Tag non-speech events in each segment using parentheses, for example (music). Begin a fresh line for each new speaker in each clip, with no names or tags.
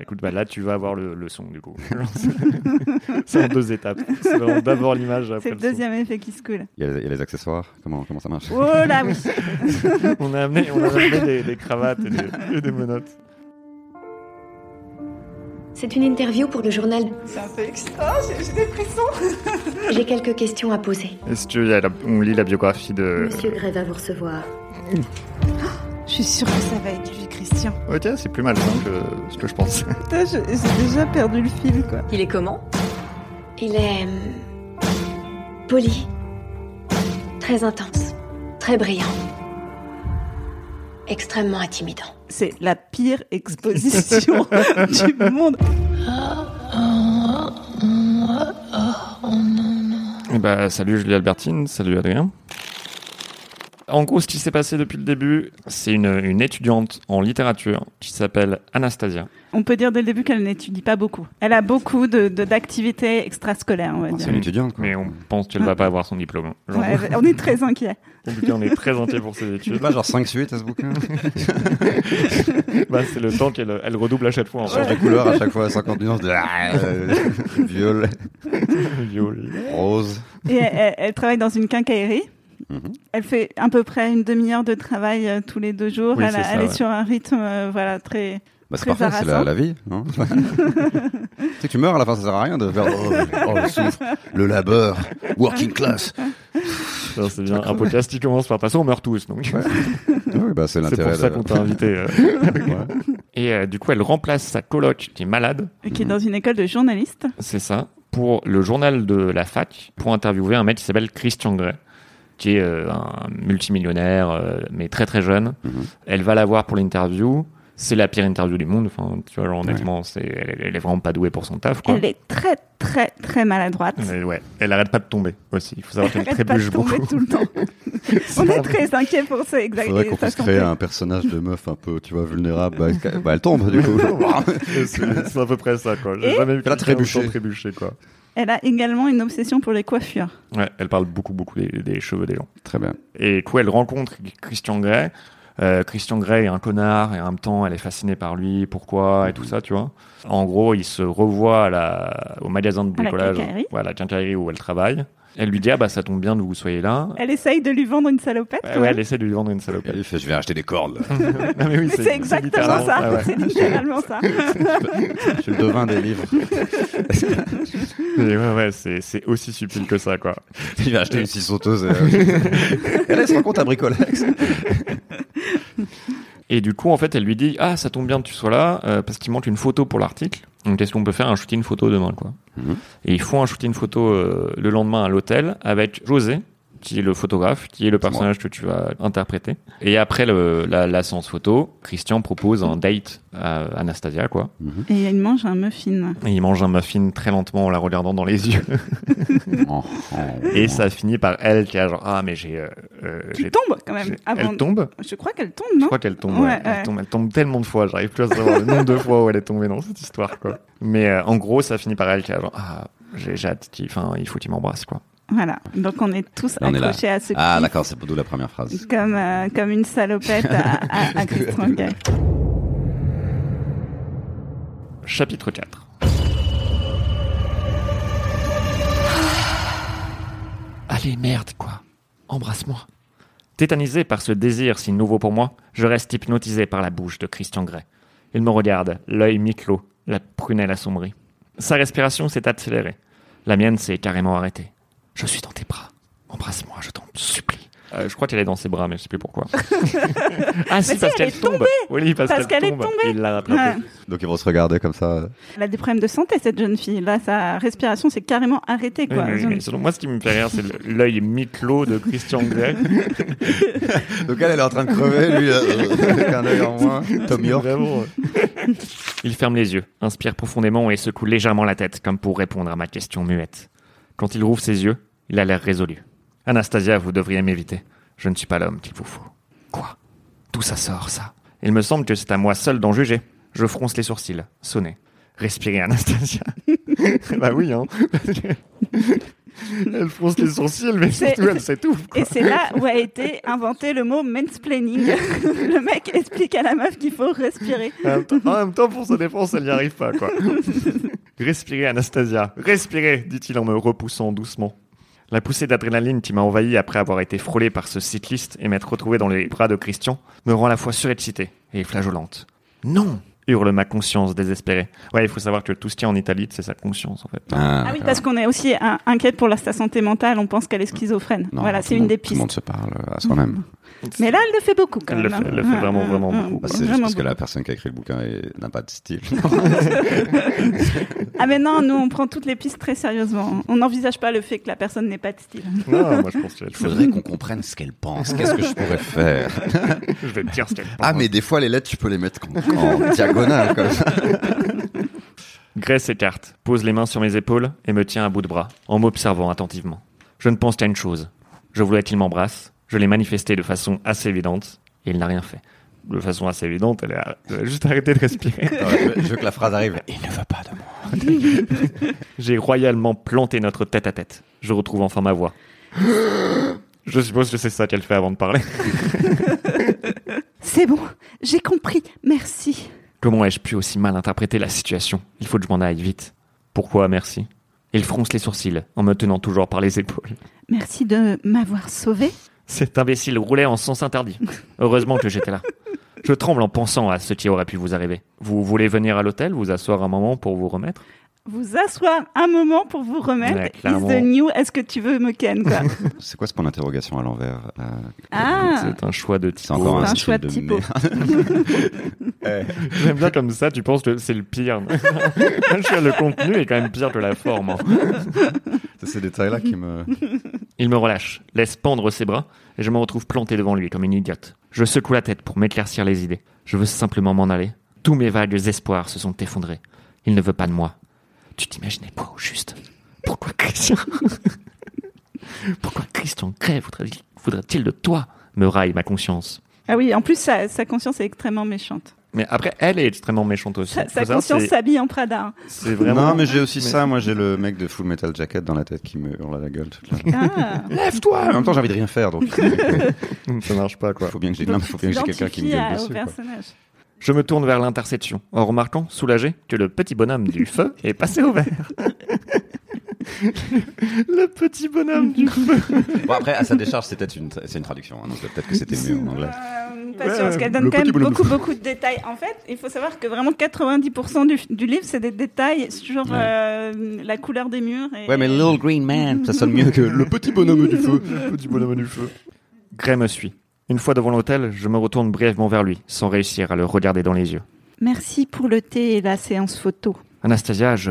Écoute, bah là, tu vas avoir le, le son, du (laughs) coup. c'est en deux étapes. C'est vraiment d'abord l'image,
C'est
après
le
le son.
deuxième effet qui se coule.
Il y, a, il y a les accessoires. Comment, comment ça marche
Oh là oui
On a amené, on a
(laughs)
amené des, des cravates et des, et des menottes.
C'est une interview pour le journal.
C'est un peu extra, j'ai j'ai des frissons.
J'ai quelques questions à poser.
Et si tu veux, il y a la- on lit la biographie de...
Monsieur Gray va vous recevoir.
Je suis sûre que ça va être lui, Christian.
Ok, c'est plus mal hein, que ce que je pense.
Putain, je- j'ai déjà perdu le fil, quoi.
Il est comment
Il est. hum, poli. Très intense. Très brillant. Extrêmement intimidant.
C'est la pire exposition (laughs) du monde.
Eh ben, salut Julie Albertine, salut Adrien. En gros, ce qui s'est passé depuis le début, c'est une, une étudiante en littérature qui s'appelle Anastasia.
On peut dire dès le début qu'elle n'étudie pas beaucoup. Elle a beaucoup de- de- d'activités extrascolaires, on va
C'est
dire.
une étudiante. quoi.
Mais on pense qu'elle va pas avoir son diplôme. hein, Genre,
Ouais, on est très inquiets.
En tout cas, on est très inquiet pour ses
Il y a
études.
pas (laughs) genre 5 suites à ce bouquin.
Bah, c'est le temps qu'elle elle redouble à chaque fois. En
Change de couleur à chaque fois, 50 nuances de Ah, euh, (laughs) violet,
(laughs) fait. Violet.
rose.
Et elle, elle- elle travaille dans une quincaillerie.
Mhm.
Elle fait à peu près une demi-heure de travail euh, tous les deux jours.
Oui,
elle
c'est
a-
ça,
elle
ouais.
est sur un rythme euh, voilà, très...
Bah, c'est
Très
parfait, c'est la,
harassant.
la vie. non (laughs) tu sais que tu meurs à la fin, ça sert à rien de faire oh, oh, le souffle, le labeur, working class.
Ça, C'est bien. Un podcast qui commence par passer, on meurt tous. (laughs) Donc.
Oui, bah,
C'est
c'est l'intérêt.
pour ça
de-
qu'on t'a
(laughs)
invité. euh. Et euh, du coup, elle remplace sa coloc qui est malade,
euh, qui est dans une école de journalistes.
c'est ça, pour le journal de la fac, pour interviewer un mec qui s'appelle Christian Grey, qui est euh, un multimillionnaire, euh, mais très très jeune.
Mhm.
Elle va la voir pour l'interview. C'est la pire interview du monde. Enfin, tu vois, genre, honnêtement, c'est, elle, elle est vraiment pas douée pour son taf. Quoi.
Elle est très, très, très maladroite.
Mais ouais, elle arrête pas de tomber aussi. Il faut savoir qu'elle
Elle arrête pas de
trébuche
tomber
beaucoup.
tout le temps.
(laughs)
on est très inquiets pour ça,
Il faudrait
exactement.
qu'on puisse créer un personnage de meuf un peu, tu vois, vulnérable. Bah, bah, elle tombe, du coup.
(laughs) C'est c'est à peu près ça, quoi. J'ai
Et
jamais vu
Elle
quelqu'un
a trébuché.
autant trébucher, quoi.
Elle a également une obsession pour les coiffures.
Ouais, elle parle beaucoup, beaucoup des, des cheveux des gens.
Très bien.
Et du coup, elle rencontre Christian Grey. Euh, Christian Grey est un connard et en même temps, elle est fascinée par lui. Pourquoi et tout ça, tu vois. En gros, ils se revoient à la- au magasin de
À la
bricolage,
quincaillerie.
Ouais, à la quincaillerie où elle travaille. Elle lui dit ah bah ça tombe bien que vous soyez là.
Elle essaye de lui vendre une salopette.
Ouais,
quand
ouais,
même.
elle essaie de lui vendre une salope.
Elle fait, je vais acheter des cordes. là.
Non, mais oui,
Mais (laughs) c'est exactement
littéralement
ça.
ouais.
C'est littéralement
(laughs)
ça.
Je suis le devin des livres.
Mais ouais, ouais, c'est c'est aussi subtil que ça, quoi.
Il va acheter une scie sauteuse. (laughs) euh. Elle, elle se rend compte à Bricolax.
Et du coup, en fait, elle lui dit Ah, ça tombe bien que tu sois là, euh, parce qu'il manque une photo pour l'article. Donc, est-ce qu'on peut faire un shooting photo demain, quoi
Mhm.
Et ils font un shooting photo euh, le lendemain à l'hôtel avec José, qui est le photographe, qui est le personnage que tu vas interpréter. Et après le, la, la séance photo, Christian propose un date à Anastasia, quoi.
Et elle mange un muffin.
Et il mange un muffin très lentement en la regardant dans les (laughs) yeux.
Oh, oh.
Et ça finit par elle qui a genre Ah, mais j'ai. euh, euh,
Qui
j'ai-
tombe quand même.
j'ai-
avant-
Elle tombe
Je crois qu'elle tombe, non
Je crois qu'elle tombe,
Ouais,
ouais.
ouais.
Elle tombe. elle tombe tellement de fois, j'arrive plus à savoir le nombre de fois où elle est tombée dans cette histoire, quoi. Mais euh, en gros, ça finit par elle qui a genre, ah, j'ai j'ai hâte, qu'il- enfin, il faut qu'il m'embrasse, quoi.
Voilà. Donc on est tous
Là, on est là.
accrochés à ce
Ah,
petit-
d'accord, c'est pour d'où la première phrase.
Comme, euh, comme une salopette à,
(laughs)
à, à Christian
Ah,
Grey.
Chapitre 4.
Ah.
Allez, merde, quoi. Embrasse-moi. Tétanisé par ce désir si nouveau pour moi, je reste hypnotisé par la bouche de Christian Grey. Il me regarde, l'œil mi-clos, la prunelle assombrie. Sa respiration s'est accélérée. La mienne s'est carrément arrêtée. Je suis dans tes bras. Embrasse-moi, je t'en supplie. Euh, je crois qu'elle est dans ses bras, mais je sais plus
(laughs)
pourquoi. ah si,
si,
parce
elle
qu'elle
est
tombe. Oui, parce,
Parce qu'elle est
tombe.
tombée.
Il l'a rattrapée.
Ouais.
Donc ils vont se regarder comme ça.
Elle a des problèmes de santé, cette jeune fille. Là, sa respiration s'est carrément arrêtée.
Oui,
Quoi.
mais oui, mais selon moi, ce qui me fait rire, c'est le- l'œil mi-clos de (laughs) Christian Grey.
Donc elle, elle est en train de crever, lui, là, euh, avec un œil en moins. Tom York.
Vraiment. (laughs) Il ferme les yeux, inspire profondément et secoue légèrement la tête, comme pour répondre à ma question muette. Quand il rouvre ses yeux, il a l'air résolu. Anastasia, vous devriez m'éviter. Je ne suis pas l'homme qu'il vous faut. Quoi D'où ça sort, ça Il me semble que c'est à moi seul d'en juger. Je fronce les (laughs) sourcils. Sonnez. Respirez, Anastasia. bah oui, hein. (laughs) Elle fronce les sourcils, mais
C'est-
surtout elle s'étouffe. quoi.
Et c'est là où a été inventé le mot mansplaining. le mec explique à la meuf qu'il faut respirer.
En même temps- En même temps, pour sa défense, elle n'y arrive pas,
(laughs)
quoi. Respirez, Anastasia. Respirez, dit-il en me repoussant doucement. La poussée d'adrénaline qui m'a envahi après avoir été frôlé par ce cycliste et m'être retrouvé dans les bras de Christian me rend à la fois surexcitée et flageolante. Non hurle ma conscience désespérée. Ouais, il faut savoir que tout ce qui est en Italie, c'est sa conscience, en fait.
Ah oui, parce qu'on est aussi hein, inquiète pour la- sa santé mentale, on pense qu'elle est schizophrène.
Non,
voilà,
tout
c'est
le
une
monde-
des
Tout le
pistes.
monde se parle à soi-même.
Mais là, elle le fait beaucoup quand
Elle le
même. hein.
fait- elle le fait vraiment, vraiment beaucoup.
Bah, c'est juste
Vraiment
parce que
beaucoup.
la personne qui a écrit le bouquin est- n'a pas de style.
Ah mais non, nous on prend toutes les pistes très sérieusement. On n'envisage pas le fait que la personne n'ait pas de style.
Non, moi je pense que
(laughs)
Il faudrait qu'on comprenne ce qu'elle pense. Qu'est-ce que je pourrais faire
je vais dire ce qu'elle
Ah,
pense.
mais des fois, les lettres, tu peux les mettre comme-
(laughs)
en diagonale. Comme ça.
Grace s'écarte, pose les mains sur mes épaules et me tient à bout de bras, en m'observant attentivement. Je ne pense qu'à une chose. Je voulais qu'il m'embrasse, je l'ai manifesté de façon assez évidente, et il n'a rien fait. De façon assez évidente, elle a elle a juste arrêté de respirer.
(laughs) Attends, je, veux, je veux que la phrase arrive. Il ne veut pas de moi.
J'ai royalement planté notre tête à tête. Je retrouve enfin ma voix. Je suppose que c'est ça qu'elle fait avant de parler.
C'est bon, j'ai compris. Merci.
Comment ai-je pu aussi mal interpréter la situation Il faut que je m'en aille vite. Pourquoi merci Il fronce les sourcils en me tenant toujours par les épaules.
Merci de m'avoir sauvé.
Cet imbécile roulait en sens interdit. Heureusement que j'étais là. Je tremble en pensant à ce qui aurait pu vous arriver. Vous voulez venir à l'hôtel, vous asseoir un moment pour vous remettre
Vous asseoir un moment pour vous
Ouais,
remettre. Is
clairement.
the new, est-ce que tu veux me
(laughs)
ken quoi
C'est quoi ce point d'interrogation à l'envers euh,
Ah
C'est un choix de type.
C'est encore
C'est un
un,
choix de
style
typo.
(laughs) merde.
J'aime bien comme ça, tu penses que c'est le pire. (laughs) le contenu est quand même pire que la forme.
C'est ces détails-là qui me.
Il me relâche, laisse pendre ses bras, et je me retrouve planté devant lui comme une idiote. Je secoue la tête pour m'éclaircir les idées. Je veux simplement m'en aller. Tous mes vagues espoirs se sont effondrés. Il ne veut pas de moi. Tu t'imaginais quoi au juste Pourquoi Christian (laughs) Pourquoi Christian Grey voudrait- voudrait-il de toi me raille ma conscience.
Ah oui, en plus sa, sa conscience est extrêmement méchante.
Mais après, elle est extrêmement méchante aussi.
Sa, sa
Faut savoir,
conscience
c'est-
s'habille en Prada.
(laughs)
hein.
c'est vraiment.
Non, mais j'ai aussi
Mais-
ça. Moi, j'ai le mec de Full Metal Jacket dans la tête qui me hurle à la gueule. toute la-
Ah.
Lève-toi
hein.
En même temps, j'ai envie de rien faire, (laughs) donc.
Ça marche pas, quoi.
Faut bien que j'ai
Donc,
non, mais faut bien que j'ai quelqu'un qui me
t'identifies
gueule
à- au
dessus. quoi.
personnage.
Je me tourne vers l'intersection, en remarquant, soulagé, que le petit bonhomme du feu est passé au vert. (laughs) le petit bonhomme du feu.
Bon, après, à sa décharge, c'est peut-être une, c'est une traduction. hein, donc peut-être que c'était mieux en anglais.
Euh, pas
Ouais,
sûr, parce qu'elle donne
le
quand même
petit bonhomme.
beaucoup, beaucoup de détails. En fait, il faut savoir que vraiment 90% du, du livre, c'est des détails sur
Ouais.
euh, la couleur des murs. Et,
Ouais, mais Little Green Man, ça sonne mieux que le petit bonhomme du feu.
petit bonhomme du feu. Gray me suit. Une fois devant l'hôtel, je me retourne brièvement vers lui, sans réussir à le regarder dans les yeux.
Merci pour le thé et la séance photo.
Anastasia, je...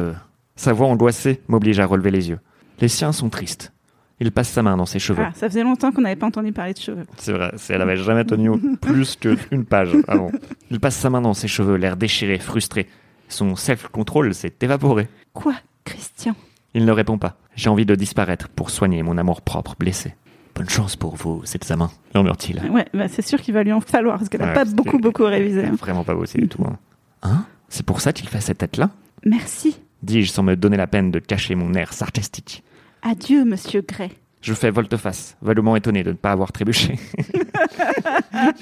Sa voix angoissée m'oblige à relever les yeux. Les siens sont tristes. Il passe sa main dans ses cheveux.
Ah, ça faisait longtemps qu'on n'avait pas entendu parler de cheveux.
C'est vrai, c'est- elle avait jamais tenu (laughs) au- plus qu'une page avant. Il passe sa main dans ses cheveux, l'air déchiré, frustré. Son self-control s'est évaporé.
Quoi, Christian
Il ne répond pas. J'ai envie de disparaître pour soigner mon amour-propre blessé. Bonne chance pour vos examens, murmure-t-il.
Ouais, bah, c'est sûr qu'il va lui en falloir, parce qu'elle n'a
Ouais,
pas
c'était-
beaucoup, beaucoup révisé. hein.
Vraiment pas bossé du tout. Hein, Hein C'est pour ça qu'il fait cette tête-là
Merci.
dis-je sans me donner la peine de cacher mon air sarcastique.
Adieu, monsieur Gray.
Je fais volte-face, vaguement étonné de ne pas avoir (laughs) trébuché.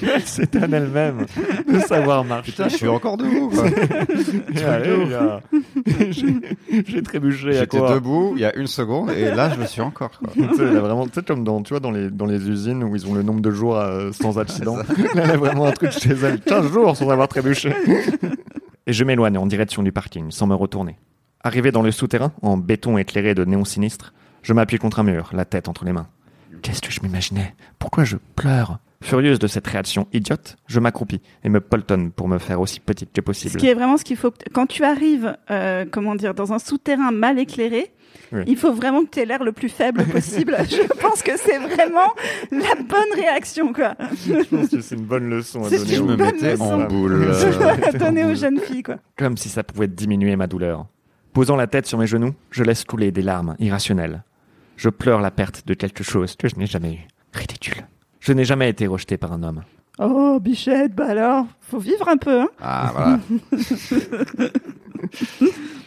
Elle s'étonne elle-même de savoir marcher.
Putain, je suis encore debout. (laughs) quoi.
Allez, gars. (laughs) J'ai j'ai trébuché à
J'étais
quoi
debout il y a une seconde et là, je le suis encore. Quoi.
Tu sais, là, vraiment, tu sais, comme dans, tu vois, dans, les, dans les usines où ils ont le nombre de jours euh,
(laughs)
sans accident. Là, elle a vraiment un truc chez elle. 15 jours sans avoir trébuché. Et je m'éloigne en direction du parking, sans me retourner. Arrivé dans le souterrain, en béton éclairé de néons sinistres, je m'appuie contre un mur, la tête entre les mains. Qu'est-ce que je m'imaginais Pourquoi je pleure Furieuse de cette réaction idiote, je m'accroupis et me poltonne pour me faire aussi petite que
Ce
possible.
qui est vraiment ce qu'il faut. que- Quand tu arrives, euh, comment dire, dans un souterrain mal éclairé,
Oui.
il faut vraiment que tu aies l'air le plus faible
(laughs)
possible. Je pense que c'est vraiment la bonne réaction, quoi.
Je pense que c'est une bonne leçon
C'est
Je
une
me
bonne
mettais en
leçon.
boule. (laughs) euh,
à donner aux jeunes filles, quoi.
comme si ça pouvait diminuer ma douleur. Posant la tête sur mes genoux, je laisse couler des larmes irrationnelles. Je pleure la perte de quelque chose que je n'ai jamais eu. Ridicule. Je n'ai jamais été rejeté par un homme.
Oh, Bichette, bah alors, faut vivre un peu, hein.
Ah, voilà.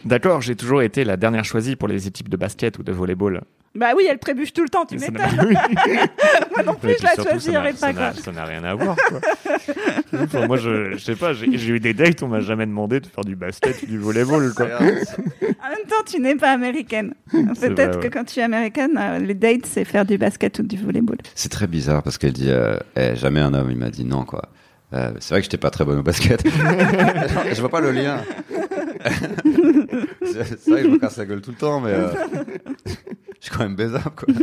D'accord, j'ai toujours été la dernière choisie pour les équipes de basket ou de volleyball.
Bah oui, elle trébuche tout le temps, tu
Ça
m'étonnes.
n'a- Oui.
(laughs) Moi non
Et
plus, je
puis
la
surtout, ça n'a-
choisirais pas,
ça n'a-
quoi.
Ça n'a rien à voir, quoi. Enfin, moi, je, je sais pas, j'ai j'ai eu des dates, on m'a jamais demandé de faire du basket ou du volleyball, quoi.
En même temps, tu n'es pas américaine. Peut-être
vrai, ouais.
que quand tu es américaine, euh, les dates, c'est faire du basket ou du volleyball.
C'est très bizarre parce qu'elle dit euh, Eh, jamais un homme. Il m'a dit non, quoi. Euh, c'est vrai que j'étais pas très bonne au basket. je vois pas le lien. c'est c'est vrai que je me casse la gueule tout le temps, mais euh, je suis quand même baisable, quoi.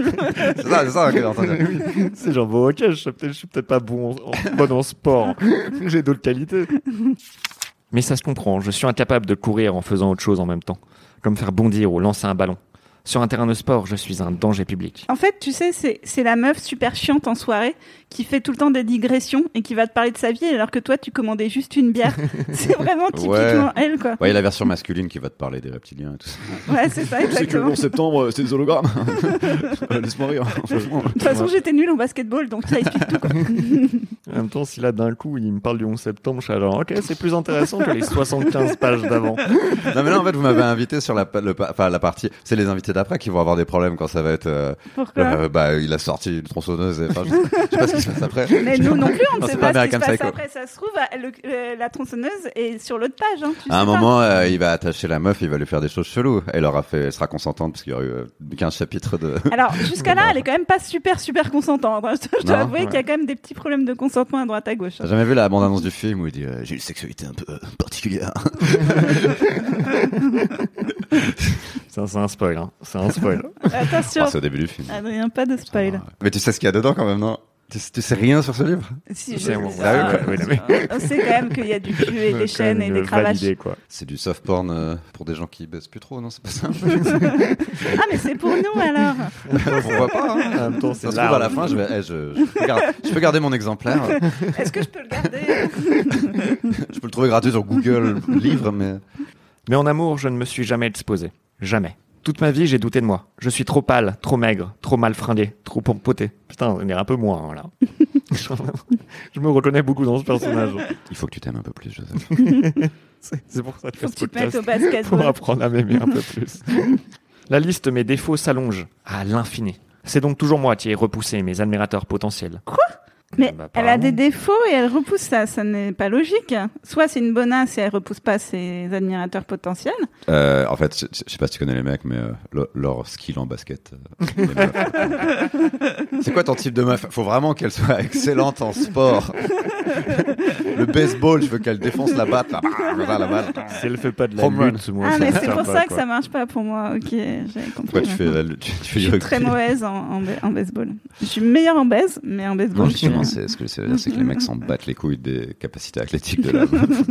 c'est ça, c'est ça qu'elle est en train de dire.
C'est genre, bon, ok, je suis peut-être je suis peut-être pas bon en, en- (laughs) bon en sport. J'ai d'autres qualités. Mais ça se comprend, je suis incapable de courir en faisant autre chose en même temps. Comme faire bondir ou lancer un ballon. Sur un terrain de sport, je suis un danger public.
En fait, tu sais, c'est c'est la meuf super chiante en soirée qui fait tout le temps des digressions et qui va te parler de sa vie alors que toi, tu commandais juste une
(laughs)
bière. c'est vraiment typiquement
Ouais.
elle, quoi.
Ouais, il y a la version masculine qui va te parler des reptiliens et tout ça.
Ouais, c'est
(laughs)
ça,
C'est que le
exactement.
11 septembre, euh, c'est des hologrammes. Euh, Laisse-moi rire.
hein,
franchement.
De toute façon, j'étais nulle en basketball, donc ça explique tout. quoi.
En même temps, si là, d'un coup, il me parle du 11 septembre, je suis genre, ok, c'est plus intéressant que (laughs) les 75 pages d'avant.
Non, mais là, en fait, vous m'avez invité sur la, pa- le pa- enfin, la partie. C'est les invités d'après qui vont avoir des problèmes quand ça va être. euh,
Pourquoi
euh, bah, il a sorti une tronçonneuse. et- Enfin, je, je sais pas ce qui se passe après.
(laughs) Mais nous non plus, on
Non,
ne sait
c'est
pas,
pas
ce qui se
American
passe
Psycho.
après. Ça se trouve, le- le- la tronçonneuse est sur l'autre page. hein, tu
À
sais
un
pas.
moment, euh, il va attacher la meuf, il va lui faire des choses cheloues. Elle aura fait, elle sera consentante parce qu'il y aura eu euh, 15 chapitres de. (laughs)
Alors, jusqu'à là, elle est quand même pas super, super consentante. hein. (laughs) Je dois- je dois
Non,
avouer qu'il y a quand même des petits problèmes de consentement à droite à gauche. hein.
T'as jamais vu la bande-annonce du film où il dit euh, j'ai une sexualité un peu euh, particulière.
Ça, c'est un spoil, hein. C'est un spoil.
Attention,
(laughs) Ah, c'est au début du film. Ah,
Adrien, pas de spoil.
Mais tu sais ce qu'il y a dedans quand même, non tu, tu sais rien sur ce livre
Si,
C'est-
je-
on-
Ah,
oui, oui, oui.
on sait quand même qu'il y
(laughs)
a du cul et des chaînes et des cravaches.
Validé, quoi.
C'est du soft porn euh, pour des gens qui baissent plus trop, non C'est pas ça
(laughs) Ah, mais c'est pour nous alors
Pourquoi pas hein
En même temps, c'est
Ça se
large.
trouve, à la fin, je, vais, eh, je, je peux garder, je peux garder mon exemplaire.
Est-ce que je peux
(laughs)
le garder
Je peux le trouver gratuit sur Google
(laughs)
Livre, mais.
Mais en amour, je ne me suis jamais exposé. Jamais. Toute ma vie, j'ai douté de moi. Je suis trop pâle, trop maigre, trop mal fringué, trop pompoté. Putain, on est un peu moins, (laughs) hein, là. je me reconnais beaucoup dans ce personnage.
Il faut que tu t'aimes un peu plus, Joseph.
C'est c'est pour ça que je fais
Faut que
ce
tu te mettes
podcast.
au basketball.
Pour apprendre à m'aimer un peu plus. (laughs) La liste de mes défauts s'allonge à l'infini. C'est donc toujours moi qui ai repoussé mes admirateurs potentiels.
Mais
Bah,
elle a des
apparemment.
défauts et elle repousse ça, ça n'est pas logique. Soit c'est une bonasse et elle repousse pas ses admirateurs potentiels.
Euh, en fait, je, je- je sais pas si tu connais les mecs, mais euh, le- leur skill en basket. euh,
(laughs)
les meufs. c'est quoi ton type de meuf Faut vraiment qu'elle soit excellente en sport. le baseball, je veux qu'elle défonce la batte. là. Bah, bah, bah, la balle.
Si elle fait pas de la
Home run.
lutte, moi,
ah,
ça
mais
me
c'est
sert
pour
pas,
ça que
quoi.
ça marche pas pour moi. Ok, j'ai compris.
Pourquoi tu fais, euh,
maintenant.
la- tu, tu fais
Je
du
suis très
rugby
mauvaise en, en ba- en baseball. Je suis meilleure en baise, mais en baseball.
Non,
je suis-
justement, c'est ce que je veux dire, c'est que les mecs s'en battent les couilles des capacités athlétiques
(laughs)
de la meuf.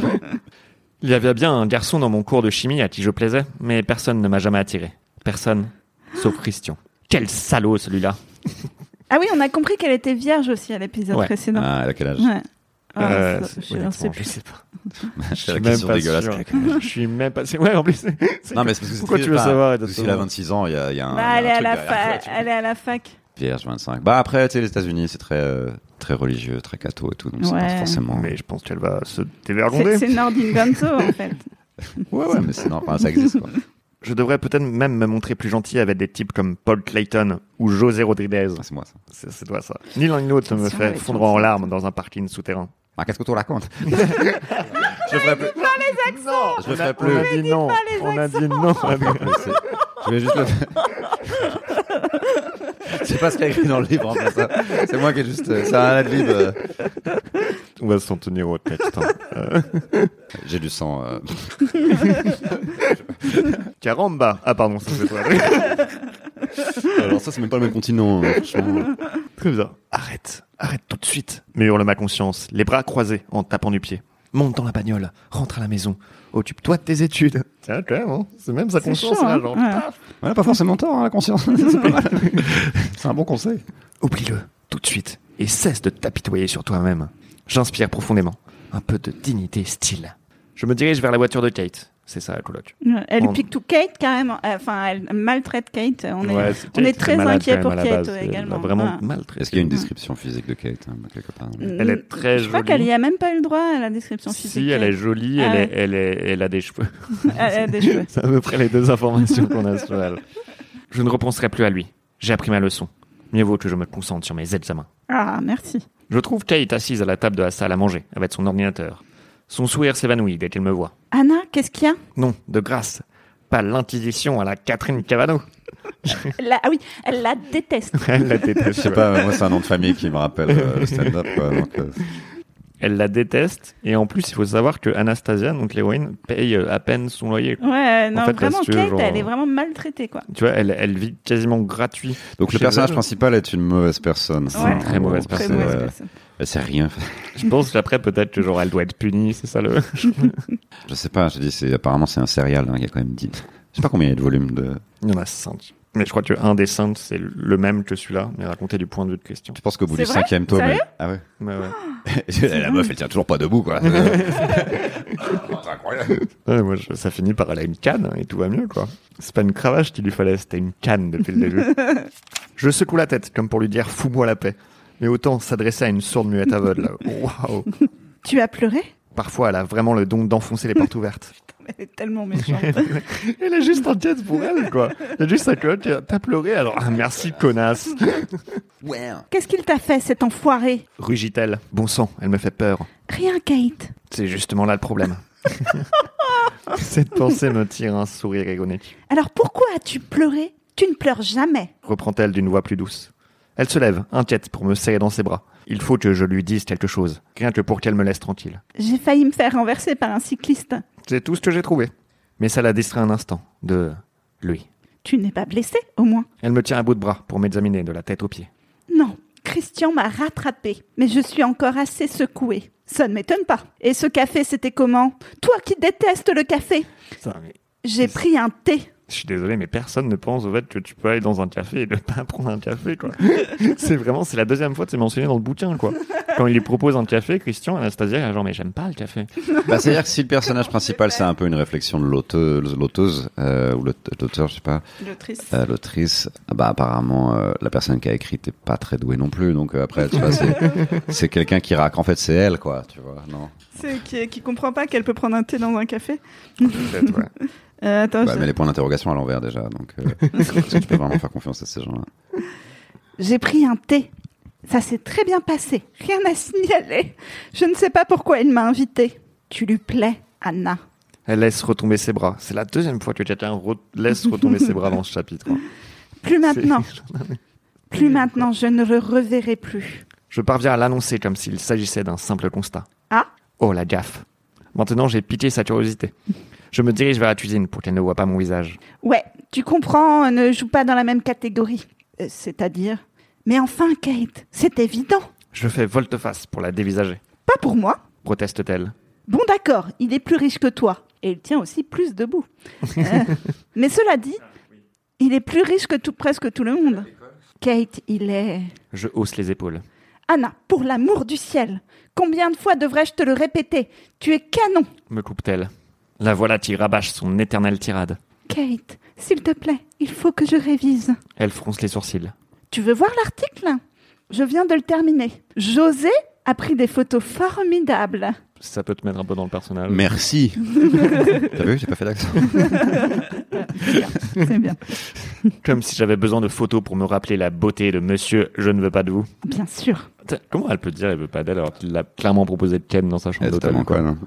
Il y avait bien un garçon dans mon cours de chimie à qui je plaisais, mais personne ne m'a jamais attiré. Personne,
(gasps)
sauf Christian. Quel salaud celui-là
Ah oui, on a compris qu'elle était vierge aussi à l'épisode
Ouais.
précédent.
Ah, à quel âge (laughs)
Ouais. Ah,
Euh,
ça-
c'est-
je
honnêtement,
n'en sais
je
plus.
sais pas.
C'est la
suis même
question
pas
dégueulasse.
sûr. (laughs) Je suis même pas. c'est- Ouais, en plus. c'est- c'est-
Non, mais c'est parce que c'est
Pourquoi
très-
tu veux
enfin,
savoir
Parce que s'il a
exactement
26 ans, il y a, Ah, il y a un.
Bah, elle, est à
un
la
truc
fa-
derrière.
elle est à la fac.
Vierge 25. Bah après, tu sais, les États-Unis, c'est très, euh, très religieux, très catho et tout, donc c'est
Ouais.
pas forcément.
Mais je pense qu'elle va se
C'est
dévergonder.
c'est Nordin
(laughs)
Gonzo en fait.
Ouais, ouais, mais c'est normal, enfin, ça existe quoi.
Je devrais peut-être même me montrer plus gentil avec des types comme Paul Clayton ou José Rodriguez.
Ah, c'est moi ça.
C'est c'est toi ça. Ni l'un ni l'autre ne me
Attention
fait
avec
fondre
Jean-Pierre.
en larmes dans un parking souterrain.
Ah, qu'est-ce que tu racontes (laughs) Je ferai plus.
Non,
Je le ferai
On
plus.
a dit non.
les
On a dit non.
Je vais juste le faire. (laughs) C'est pas ce qu'il y a écrit dans le livre en fait. ça. C'est moi qui ai juste. euh, C'est un ad lib. euh,
On va s'en tenir au texte. hein. Euh,
J'ai du sang. euh,
Caramba. Ah pardon, ça c'est (laughs) toi.
Alors ça, c'est même pas le même continent. euh, franchement.
Très bien. Arrête, arrête tout de suite, me hurle ma conscience, les bras croisés en tapant du pied. Monte dans la bagnole, rentre à la maison, occupe-toi de tes études. Tiens, quand même, hein. c'est même sa
C'est chaud. hein. Ouais.
Ouais, pas forcément tort, hein, la conscience. (laughs) C'est pas mal. C'est un bon conseil.
Oublie-le, tout de suite, et cesse de t'apitoyer sur toi-même. J'inspire profondément, un peu de dignité et style. Je me dirige vers la voiture de Kate. C'est ça, la coloc.
Elle
On-
pique tout Kate carrément. Euh, Enfin, elle maltraite Kate. On est,
Ouais, c'est-
on est
Kate,
très
c'est malade
inquiet
quand
pour
même à la
Kate,
base.
ouais,
Elle l'a
également.
vraiment
Ouais.
maltraitée.
Est-ce qu'il y a une description physique de Kate hein, quelque part non
Elle est très
Je crois
jolie.
qu'elle y a même pas eu le droit à la description physique.
Si, elle est jolie,
Ah
elle,
ouais.
est, elle, est- elle a des cheveux.
(laughs) Elle a des cheveux.
C'est à peu près les deux informations qu'on a sur elle. (laughs) Je ne repenserai plus à lui. J'ai appris ma leçon. Mieux vaut que je me concentre sur mes examens.
Ah, merci.
Je trouve Kate assise à la table de la salle à manger, avec son ordinateur. Son sourire s'évanouit dès qu'elle me voit.
Anna, qu'est-ce qu'il y a
Non, de grâce. Pas l'inquisition à la Catherine Cavano. (laughs)
La- Ah oui, elle la déteste.
Elle la
Je
déteste.
sais pas, moi c'est un nom de famille qui me rappelle euh, le stand-up. quoi, donc, euh,
Elle la déteste. Et en plus, il faut savoir que Anastasia, donc l'héroïne, paye euh, à peine son loyer.
(laughs) Ouais, euh, non,
fait,
vraiment,
parce que,
Kate,
genre-
elle est vraiment maltraitée, quoi.
Tu vois, elle, elle vit quasiment gratuit.
Donc le
Chez
personnage
elle.
principal est une mauvaise personne.
Ouais.
Très mauvaise
C'est,
Très
personne,
mauvaise
euh,
personne.
Elle sait rien.
Je pense qu'après, peut-être que genre, elle doit être punie, c'est ça le.
Je sais pas, je dis, c'est, apparemment c'est un serial, hein, il y a quand même dit. Je sais pas combien il y a de volume de.
Il y en a cinq. Mais je crois que un des cinq, c'est le même que celui-là, mais raconté du point de vue de question.
Je pense qu'au bout
C'est
du
vrai
cinquième tome.
Sérieux
elle- Ah ouais.
Mais ouais.
(laughs) la meuf, elle tient toujours pas
(laughs)
debout, quoi. c'est incroyable.
Ouais, moi, je- ça finit par elle a une canne hein, et tout va mieux, quoi. C'est pas une cravache qu'il lui fallait, c'était une canne depuis le début. je secoue la tête, comme pour lui dire fous-moi la paix. Mais autant s'adresser à une sourde muette aveugle. Waouh!
Tu as pleuré
Parfois, elle a vraiment le don d'enfoncer les portes ouvertes.
Elle est
(laughs)
tellement méchante.
Elle est juste inquiète pour elle, quoi. Elle est juste à côté, t'as pleuré, alors ah, merci, connasse.
Qu'est-ce qu'il t'a fait, cet enfoiré
Rugit-elle. Bon sang, elle me fait peur.
Rien, Kate.
C'est justement là le problème. Cette pensée me tire un sourire ironique.
Alors pourquoi as-tu pleuré Tu ne pleures jamais.
Reprend-elle d'une voix plus douce. Elle se lève, inquiète, pour me serrer dans ses bras. Il faut que je lui dise quelque chose, rien que pour qu'elle me laisse tranquille.
J'ai failli me faire renverser par un cycliste.
C'est tout ce que j'ai trouvé. Mais ça la distrait un instant de lui.
Tu n'es pas blessé, au moins.
Elle me tient à bout de bras pour m'examiner de la tête aux pieds.
Non, Christian m'a rattrapé, mais je suis encore assez secouée. Ça ne m'étonne pas. Et ce café, c'était comment Toi qui détestes le café J'ai pris un thé.
Je suis désolé, mais personne ne pense au fait que tu peux aller dans un café et ne pas (laughs) prendre un café, quoi. c'est vraiment, c'est la deuxième fois que c'est mentionné dans le bouquin, quoi. Quand il lui propose un café, Christian, Anastasia, elle est genre, mais j'aime pas le café.
Bah, c'est-à-dire que si le personnage principal, c'est un peu une réflexion de l'auteuse, l'auteuse euh, ou l'aute- l'auteur, je sais pas,
L'autrice.
euh, l'autrice, ah bah, apparemment, euh, la personne qui a écrit n'est pas très douée non plus. Donc euh, après, tu vois, c'est, c'est quelqu'un qui raque. En fait, c'est elle, quoi, tu vois. Non.
C'est qui, qui comprend pas qu'elle peut prendre un thé dans un café.
Peut-être, ouais.
Euh, attends,
Bah,
je-
mais les points d'interrogation à l'envers déjà. Donc, euh, est-ce que tu peux vraiment faire confiance à ces gens-là
J'ai pris un thé. Ça s'est très bien passé. Rien à signaler. Je ne sais pas pourquoi il m'a invitée. Tu lui plais, Anna.
(laughs) Elle laisse retomber ses bras. C'est la deuxième fois que quelqu'un re- laisse retomber ses bras dans ce chapitre. hein.
Plus
(laughs)
maintenant.
C'est-
Plus maintenant. Je ne le reverrai plus.
Je parviens à l'annoncer comme s'il s'agissait d'un simple constat.
Ah
Oh la gaffe. Maintenant, j'ai piqué sa curiosité. Je me dirige vers la cuisine pour qu'elle ne voie pas mon visage.
Ouais, tu comprends, on ne joue pas dans la même catégorie. Euh, C'est-à-dire Mais enfin, Kate, c'est évident.
Je fais volte-face pour la dévisager.
Pas pour moi.
Proteste-t-elle.
Bon, d'accord, il est plus riche que toi. Et il tient aussi plus debout. Euh, mais cela dit, il est plus riche que tout, presque tout le monde. Kate, il est...
Je hausse les épaules.
Anna, pour l'amour du ciel, combien de fois devrais-je te le répéter Tu es canon,
me coupe-t-elle. La voilà qui rabâche son éternelle tirade.
Kate. S'il te plaît, il faut que je révise.
Elle fronce les sourcils.
Tu veux voir l'article Je viens de le terminer. José a pris des photos formidables.
Ça peut te mettre un peu dans le personnage.
Merci. T'as vu, j'ai pas fait d'accent.
C'est bien.
Comme si j'avais besoin de photos pour me rappeler la beauté de Monsieur Je ne veux pas de vous.
Bien sûr.
Putain, Comment elle peut dire elle veut pas d'elle alors qu'il l'a clairement proposé de Ken dans sa chambre
Eh,
d'hôtel
totalement quoi, non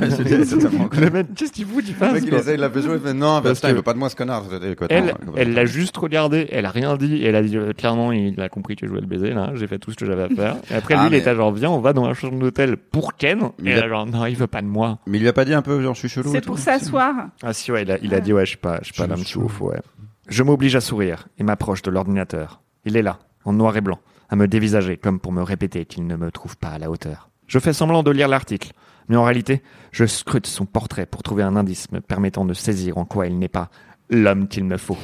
Ouais, je te dis, c'est
(laughs)
totalement quoi.
Le mec, qu'est-ce qu'il fout, il
Le
passe,
mec, il
quoi.
essaye de la pécho, il fait non, bah,
Parce
putain,
que-
il veut pas de moi ce connard. Je dis, écoute,
Elle,
non,
elle l'a juste regardé, elle a rien dit, elle a dit euh, clairement, il a compris que je voulais le baiser, là, j'ai fait tout ce que j'avais à faire. Et après,
Ah,
lui, il
mais-
était genre, viens, on va dans la chambre d'hôtel pour Ken. Et
Mais
elle
il a-
a genre, non, il veut pas de moi.
Mais il lui a pas dit un peu, genre, je suis chelou. et
C'est
tout
pour s'asseoir.
Ah si, ouais, il a, il a dit, ouais, je suis pas, je suis pas
Je-
l'homme
je-
je suis ouf, ouais. Je m'oblige à sourire et m'approche de l'ordinateur. Il est là, en noir et blanc, à me dévisager, comme pour me répéter qu'il ne me trouve pas à la hauteur. Je fais semblant de lire l'article, mais en réalité, je scrute son portrait pour trouver un indice me permettant de saisir en quoi il n'est pas l'homme qu'il me faut.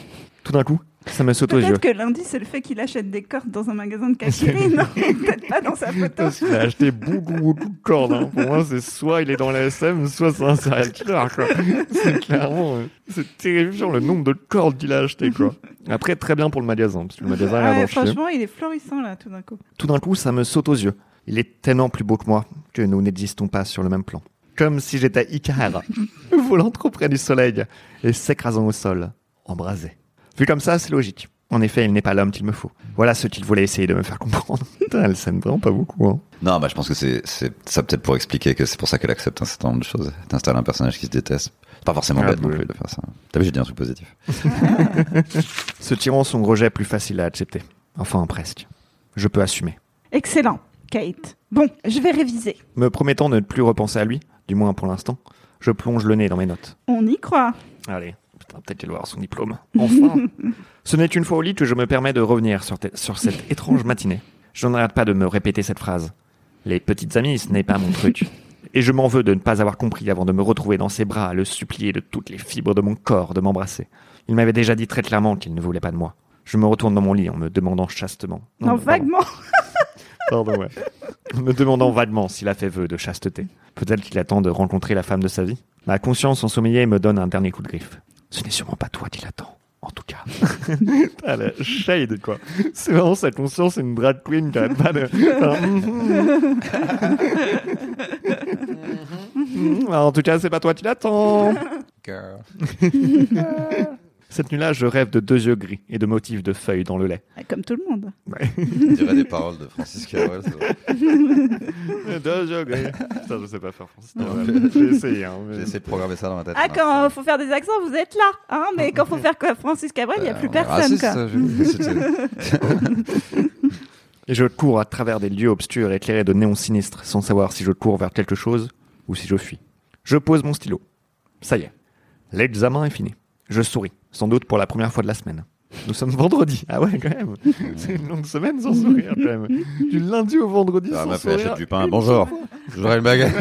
Tout d'un coup, Ça me saute aux yeux.
Peut-être que lundi, c'est le fait qu'il achète des cordes dans un magasin de cachemire. non, peut-être pas dans sa photo.
Parce qu'il a acheté beaucoup, beaucoup de cordes. hein. Pour moi, c'est soit il est dans la SM, soit c'est un serial killer. quoi. C'est clairement. euh, C'est terrifiant le nombre de cordes qu'il a acheté. Quoi. Après, très bien pour le magasin. Parce que le magasin
Ah
a
ouais,
l'air d'en chier.
franchement, il est florissant là, tout d'un coup.
Tout d'un coup, ça me saute aux yeux. Il est tellement plus beau que moi que nous n'existons pas sur le même plan. Comme si j'étais Icare, (laughs) volant trop près du soleil et s'écrasant au sol, embrasé. Vu comme ça, c'est logique. En effet, il n'est pas l'homme qu'il me faut. Voilà ce qu'il voulait essayer de me faire comprendre. Putain, elle s'aime vraiment pas beaucoup. Hein.
Non, bah, je pense que c'est c'est ça peut-être pour expliquer que c'est pour ça qu'elle accepte un certain nombre de choses. T'installes un personnage qui se déteste. C'est Pas forcément
Ah,
bête non
oui.
plus de faire ça. T'as vu, j'ai dit un truc positif.
Ce tyran, son rejet plus facile à accepter. Enfin, presque. Je peux assumer.
Excellent, Kate. Bon, je vais réviser.
Me promettant de ne plus repenser à lui, du moins pour l'instant, je plonge le nez dans mes notes.
On y croit.
Allez, putain, peut-être qu'elle va avoir son diplôme. Enfin Ce n'est une fois au lit que je me permets de revenir sur, te- sur cette étrange matinée. Je n'arrête pas de me répéter cette phrase. Les petites amies, ce n'est pas mon truc. Et je m'en veux de ne pas avoir compris avant de me retrouver dans ses bras à le supplier de toutes les fibres de mon corps de m'embrasser. Il m'avait déjà dit très clairement qu'il ne voulait pas de moi. Je me retourne dans mon lit en me demandant chastement.
Non,
non, pardon.
vaguement.
Pardon, ouais. En me demandant vaguement s'il a fait vœu de chasteté. Peut-être qu'il attend de rencontrer la femme de sa vie. Ma conscience ensommeillée me donne un dernier coup de griffe. Ce n'est sûrement pas toi qui l'attends. En tout cas. (laughs) Ah, la shade, quoi. C'est vraiment sa conscience, c'est une drag queen qui a pas de. enfin, mhm. (laughs) Mhm. en tout cas, c'est pas toi qui l'attends. Cette nuit-là, je rêve de deux yeux gris et de motifs de feuilles dans le lait.
Ah, Comme tout le monde.
On dirait des paroles de Francis Carole.
Deux yeux gris. Putain, je sais pas faire français.
Ouais.
J'ai essayé. hein, mais-
J'ai essayé de programmer ça dans ma tête.
Ah, quand faut faire des accents, vous êtes là. Hein Mais quand faut faire quoi Francis Cabrel, il
Bah,
n'y a plus
Ah,
personne.
euh,
quoi.
Et je cours à travers des lieux obscurs éclairés de néons sinistres sans savoir si je cours vers quelque chose ou si je fuis. Je pose mon stylo. Ça y est. L'examen est fini. Je souris, sans doute pour la première fois de la semaine. Nous sommes vendredi. Ah ouais, quand même. C'est une longue semaine sans sourire, quand même. Du lundi au vendredi
Ah,
sans
ma
sourire.
achète du pain. Bonjour. J'aurais une baguette.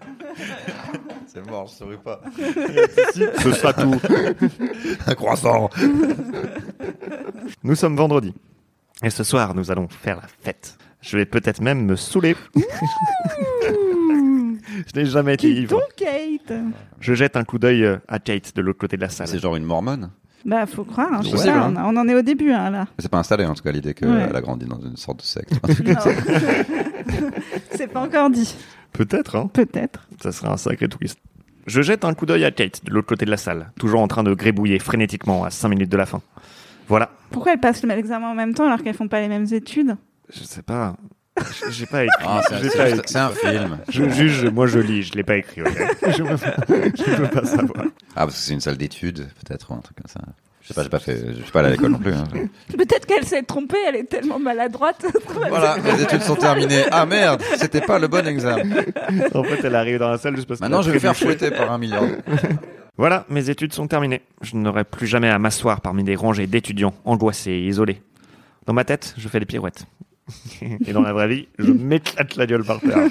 (laughs) C'est mort, je souris pas.
Ce sera tout.
Un croissant.
(laughs) Nous sommes vendredi. Et ce soir, nous allons faire la fête. Je vais peut-être même me saouler. (laughs) je n'ai jamais été
Qui
ivre.
donc, Kate
Je jette un coup d'œil euh, à Kate de l'autre côté de la salle.
Ah, C'est genre une mormone.
Bah, faut croire. hein, je sais
Possible,
pas,
hein.
on, a- on en est au début, hein, là.
Mais C'est pas installé en tout cas l'idée qu'elle
Ouais.
a grandi dans une sorte de secte.
(laughs) C'est pas encore dit.
Peut-être, hein.
Peut-être.
Ça serait un sacré twist. Je jette un coup d'œil à Kate de l'autre côté de la salle, toujours en train de grébouiller frénétiquement à 5 minutes de la fin. Voilà.
Pourquoi elles passent le même examen en même temps alors qu'elles font pas les mêmes études
Je sais pas. J'ai pas écrit.
(laughs) Ah, c'est-
J'ai
c'est
pas
juste-
écrit.
c'est un film.
Je juge, moi je lis, je l'ai pas écrit. ok (laughs) je, peux pas, je peux pas savoir.
Ah, parce que c'est une salle d'études, peut-être, ou un truc comme ça. Je sais pas, j'ai pas fait, je suis pas allé à l'école non plus. hein.
Peut-être qu'elle s'est trompée, elle est tellement maladroite. (laughs)
Voilà, les études sont terminées. Ah merde, c'était pas le bon examen.
En fait, elle arrive dans la salle juste parce que.
Maintenant, je vais faire fouetter par un million.
Voilà, mes études sont terminées. Je n'aurai plus jamais à m'asseoir parmi des rangées d'étudiants angoissés et isolés. Dans ma tête, je fais des pirouettes. (laughs) et dans la vraie vie, je m'éclate la gueule par terre.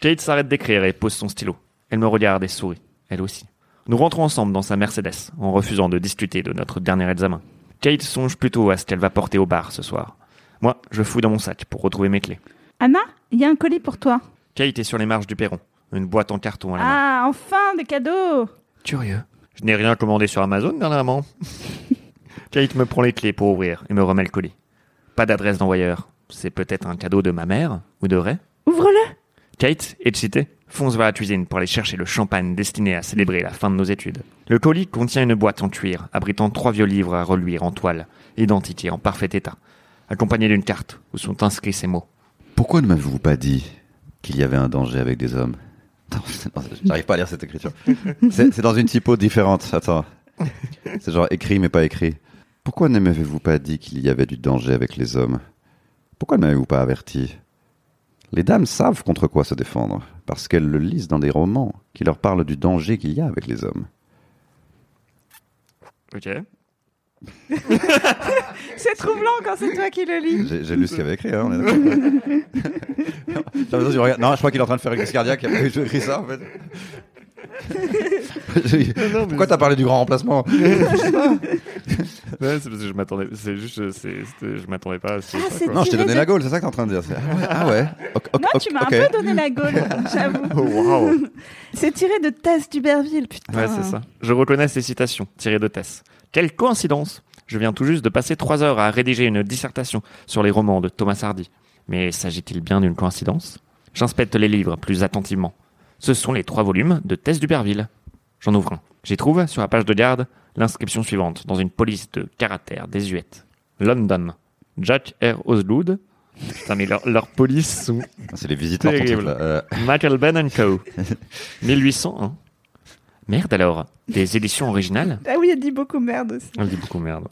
Kate s'arrête d'écrire et pose son stylo. Elle me regarde et sourit, elle aussi. Nous rentrons ensemble dans sa Mercedes, en refusant de discuter de notre dernier examen. Kate songe plutôt à ce qu'elle va porter au bar ce soir. Moi, je fouille dans mon sac pour retrouver mes clés.
Anna, il y a un colis pour toi.
Kate est sur les marches du perron, une boîte en carton à la main.
Ah, enfin, des cadeaux
Curieux. Je n'ai rien commandé sur Amazon dernièrement. Kate me prend les clés pour ouvrir et me remet le colis. Pas d'adresse d'envoyeur. C'est peut-être un cadeau de ma mère ou de Ray.
Ouvre-le
Kate, excitée, fonce vers la cuisine pour aller chercher le champagne destiné à célébrer la fin de nos études. Le colis contient une boîte en cuir abritant trois vieux livres à reluire en toile, identiques et en parfait état, accompagnés d'une carte où sont inscrits ces mots.
Pourquoi ne m'avez-vous pas dit qu'il y avait un danger avec des hommes (laughs) Non, non, j'arrive pas à lire cette écriture. C'est c'est dans une typo différente, attends. C'est genre écrit mais pas écrit. Pourquoi ne m'avez-vous pas dit qu'il y avait du danger avec les hommes Pourquoi ne m'avez-vous pas averti Les dames savent contre quoi se défendre, parce qu'elles le lisent dans des romans qui leur parlent du danger qu'il y a avec les hommes.
Ok.
C'est troublant quand c'est toi qui le lis.
J'ai j'ai lu ce qu'il avait écrit, hein, on est d'accord. Non, je regarde- non, je crois qu'il est en train de faire une crise cardiaque, il a pas eu écrit ça en fait. Pourquoi t'as parlé du grand remplacement
Ouais, c'est parce que je m'attendais. C'est juste, euh, c'est- c'était- je m'attendais pas. à ce-
Ah,
ça,
c'est
quoi.
Non, je t'ai donné
Tiré de-
la gaule, c'est ça que t'es en train de dire. C'est- Ah ouais, ah ouais. Ok, ok,
Non,
ok,
tu m'as
ok.
un peu donné la gaule,
(laughs)
j'avoue.
Oh, waouh.
C'est tiré de Tess d'Uberville, putain.
Ouais, c'est ça. Je reconnais ces citations tirées de Tess. Quelle coïncidence Je viens tout juste de passer trois heures à rédiger une dissertation sur les romans de Thomas Hardy. Mais s'agit-il bien d'une coïncidence J'inspecte les livres plus attentivement. Ce sont les trois volumes de Tess d'Uberville. J'en ouvre un. J'y trouve, sur la page de garde, l'inscription suivante, dans une police de caractères désuète. London. Jack R. Oslood. Putain, mais leurs leur polices sont
C'est les visiteurs. ton truc,
Terrible.
là. Euh,
Michael Ben (laughs) Co. 1801. hein. Merde alors, des éditions originales
Ah oui, elle dit beaucoup merde aussi.
Elle dit beaucoup merde.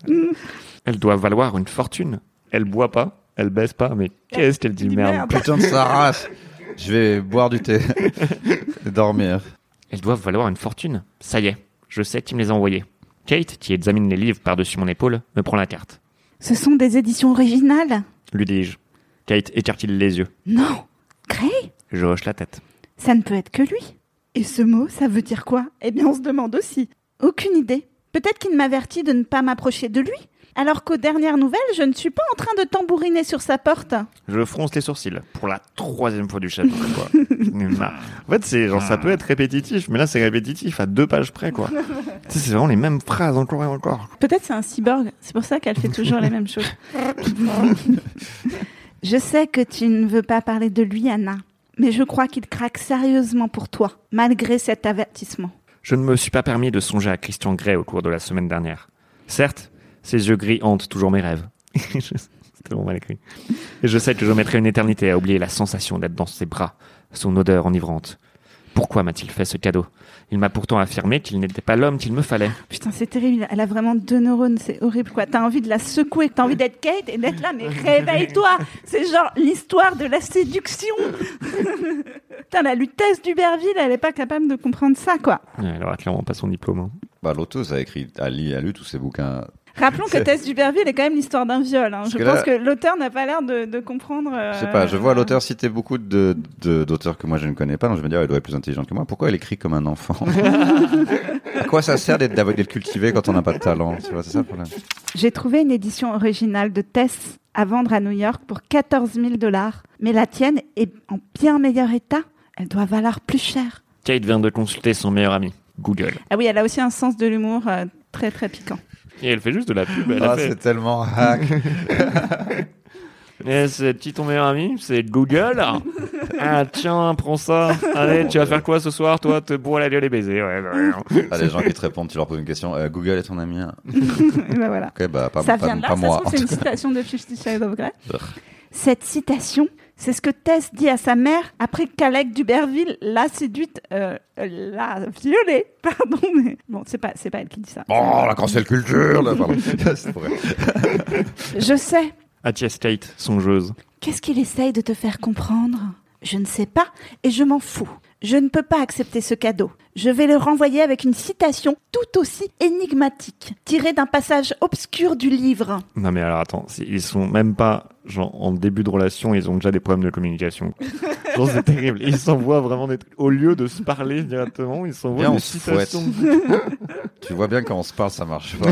Elle doit valoir une fortune. Elle boit pas, elle baisse pas, mais qu'est-ce qu'elle dit
Dit
merde.
merde.
Putain de sa race. Je vais boire
(laughs)
du thé et dormir.
Elles doivent valoir une fortune. Ça y est, je sais qui me les a envoyées. Kate, qui examine les livres par-dessus mon épaule, me prend la carte.
Ce sont des éditions originales
Lui dis-je. Kate écarte-t-il les yeux.
Non. Gray
Je hoche la tête.
Ça ne peut être que lui. Et ce mot, ça veut dire quoi Eh bien, on se demande aussi. Aucune idée. Peut-être qu'il m'avertit de ne pas m'approcher de lui, alors qu'aux dernières nouvelles, je ne suis pas en train de tambouriner sur sa porte.
Je fronce les sourcils pour la troisième fois du chapitre. Quoi. J'en ai marre. en fait, c'est genre ça peut être répétitif, mais là c'est répétitif à deux pages près quoi. Tu sais, c'est vraiment les mêmes phrases encore et encore.
Peut-être c'est un cyborg, c'est pour ça qu'elle fait toujours les mêmes choses. je sais que tu ne veux pas parler de lui, Anna, mais je crois qu'il craque sérieusement pour toi, malgré cet avertissement.
Je ne me suis pas permis de songer à Christian Grey au cours de la semaine dernière. Certes, ses yeux gris hantent toujours mes rêves. (laughs) Je- c'est tellement mal écrit. Et je sais que je mettrai une éternité à oublier la sensation d'être dans ses bras, son odeur enivrante. Pourquoi m'a-t-il fait ce cadeau Il m'a pourtant affirmé qu'il n'était pas l'homme qu'il me fallait.
Putain, c'est terrible, elle a vraiment deux neurones, c'est horrible quoi. T'as envie de la secouer, t'as envie d'être Kate et d'être là,
(laughs)
mais réveille-toi C'est genre l'histoire de la séduction (laughs) Putain, la lutesse d'Uberville, elle est pas capable de comprendre ça quoi.
Ouais, Elle aura clairement pas son diplôme. hein.
Bah, L'auteuse a écrit, a lu, a lu tous ses bouquins.
Rappelons que Tess Duberville est quand même l'histoire d'un viol. hein. Je
que
pense
là-
que l'auteur n'a pas l'air de, de comprendre. euh,
Je sais pas, je vois l'auteur citer beaucoup d'auteurs de, d'auteurs que moi je ne connais pas, donc je me dis, oh, elle doit être plus intelligente que moi. Pourquoi elle écrit comme un
(laughs)
enfant À quoi ça sert d'être d'être cultivé quand on n'a pas de talent Tu vois, C'est ça le problème.
J'ai trouvé une édition originale de Tess à vendre à New York pour 14 000 dollars. Mais la tienne est en bien meilleur état. Elle doit valoir plus cher.
Kate vient de consulter son meilleur ami, Google.
Ah oui, elle a aussi un sens de l'humour euh, très très piquant. (laughs)
Et elle fait juste de la pub. Elle
Ah,
a fait.
c'est tellement hack.
(laughs) Eh, c'est qui ton meilleur ami C'est Google
(laughs)
Ah tiens, prends ça. Allez, tu vas faire quoi ce soir Toi, te bourrer la gueule et baiser. Ouais, bah, (laughs) ouais.
Ah, les gens qui te répondent, tu leur poses une question. euh, Google est ton ami hein
Et ben voilà.
Ok, bah pas,
ça
pas-
vient de là,
pas
ça se
moi.
trouve, c'est
(laughs)
une citation de Fifty Shades of Grey.
Ugh.
Cette citation, c'est ce que Tess dit à sa mère après qu'Alec Duberville l'a séduite, euh, euh, l'a violée. (laughs) Pardon, mais bon, c'est pas, c'est pas elle qui dit ça.
Oh, la cancel culture là, pardon. (laughs) C'est vrai.
Je sais.
Attiès Kate, songeuse.
Qu'est-ce qu'il essaye de te faire comprendre Je ne sais pas et je m'en fous. Je ne peux pas accepter ce cadeau. Je vais le renvoyer avec une citation tout aussi énigmatique, tirée d'un passage obscur du livre.
Non mais alors attends, c'est- ils sont même pas genre en début de relation, ils ont déjà des problèmes de communication.
(laughs)
Genre c'est terrible. Ils s'envoient vraiment des trucs. Au lieu de se parler directement, ils s'envoient
Viens,
des
on se
citations.
Tu vois bien quand on se parle, ça marche
(laughs)
pas.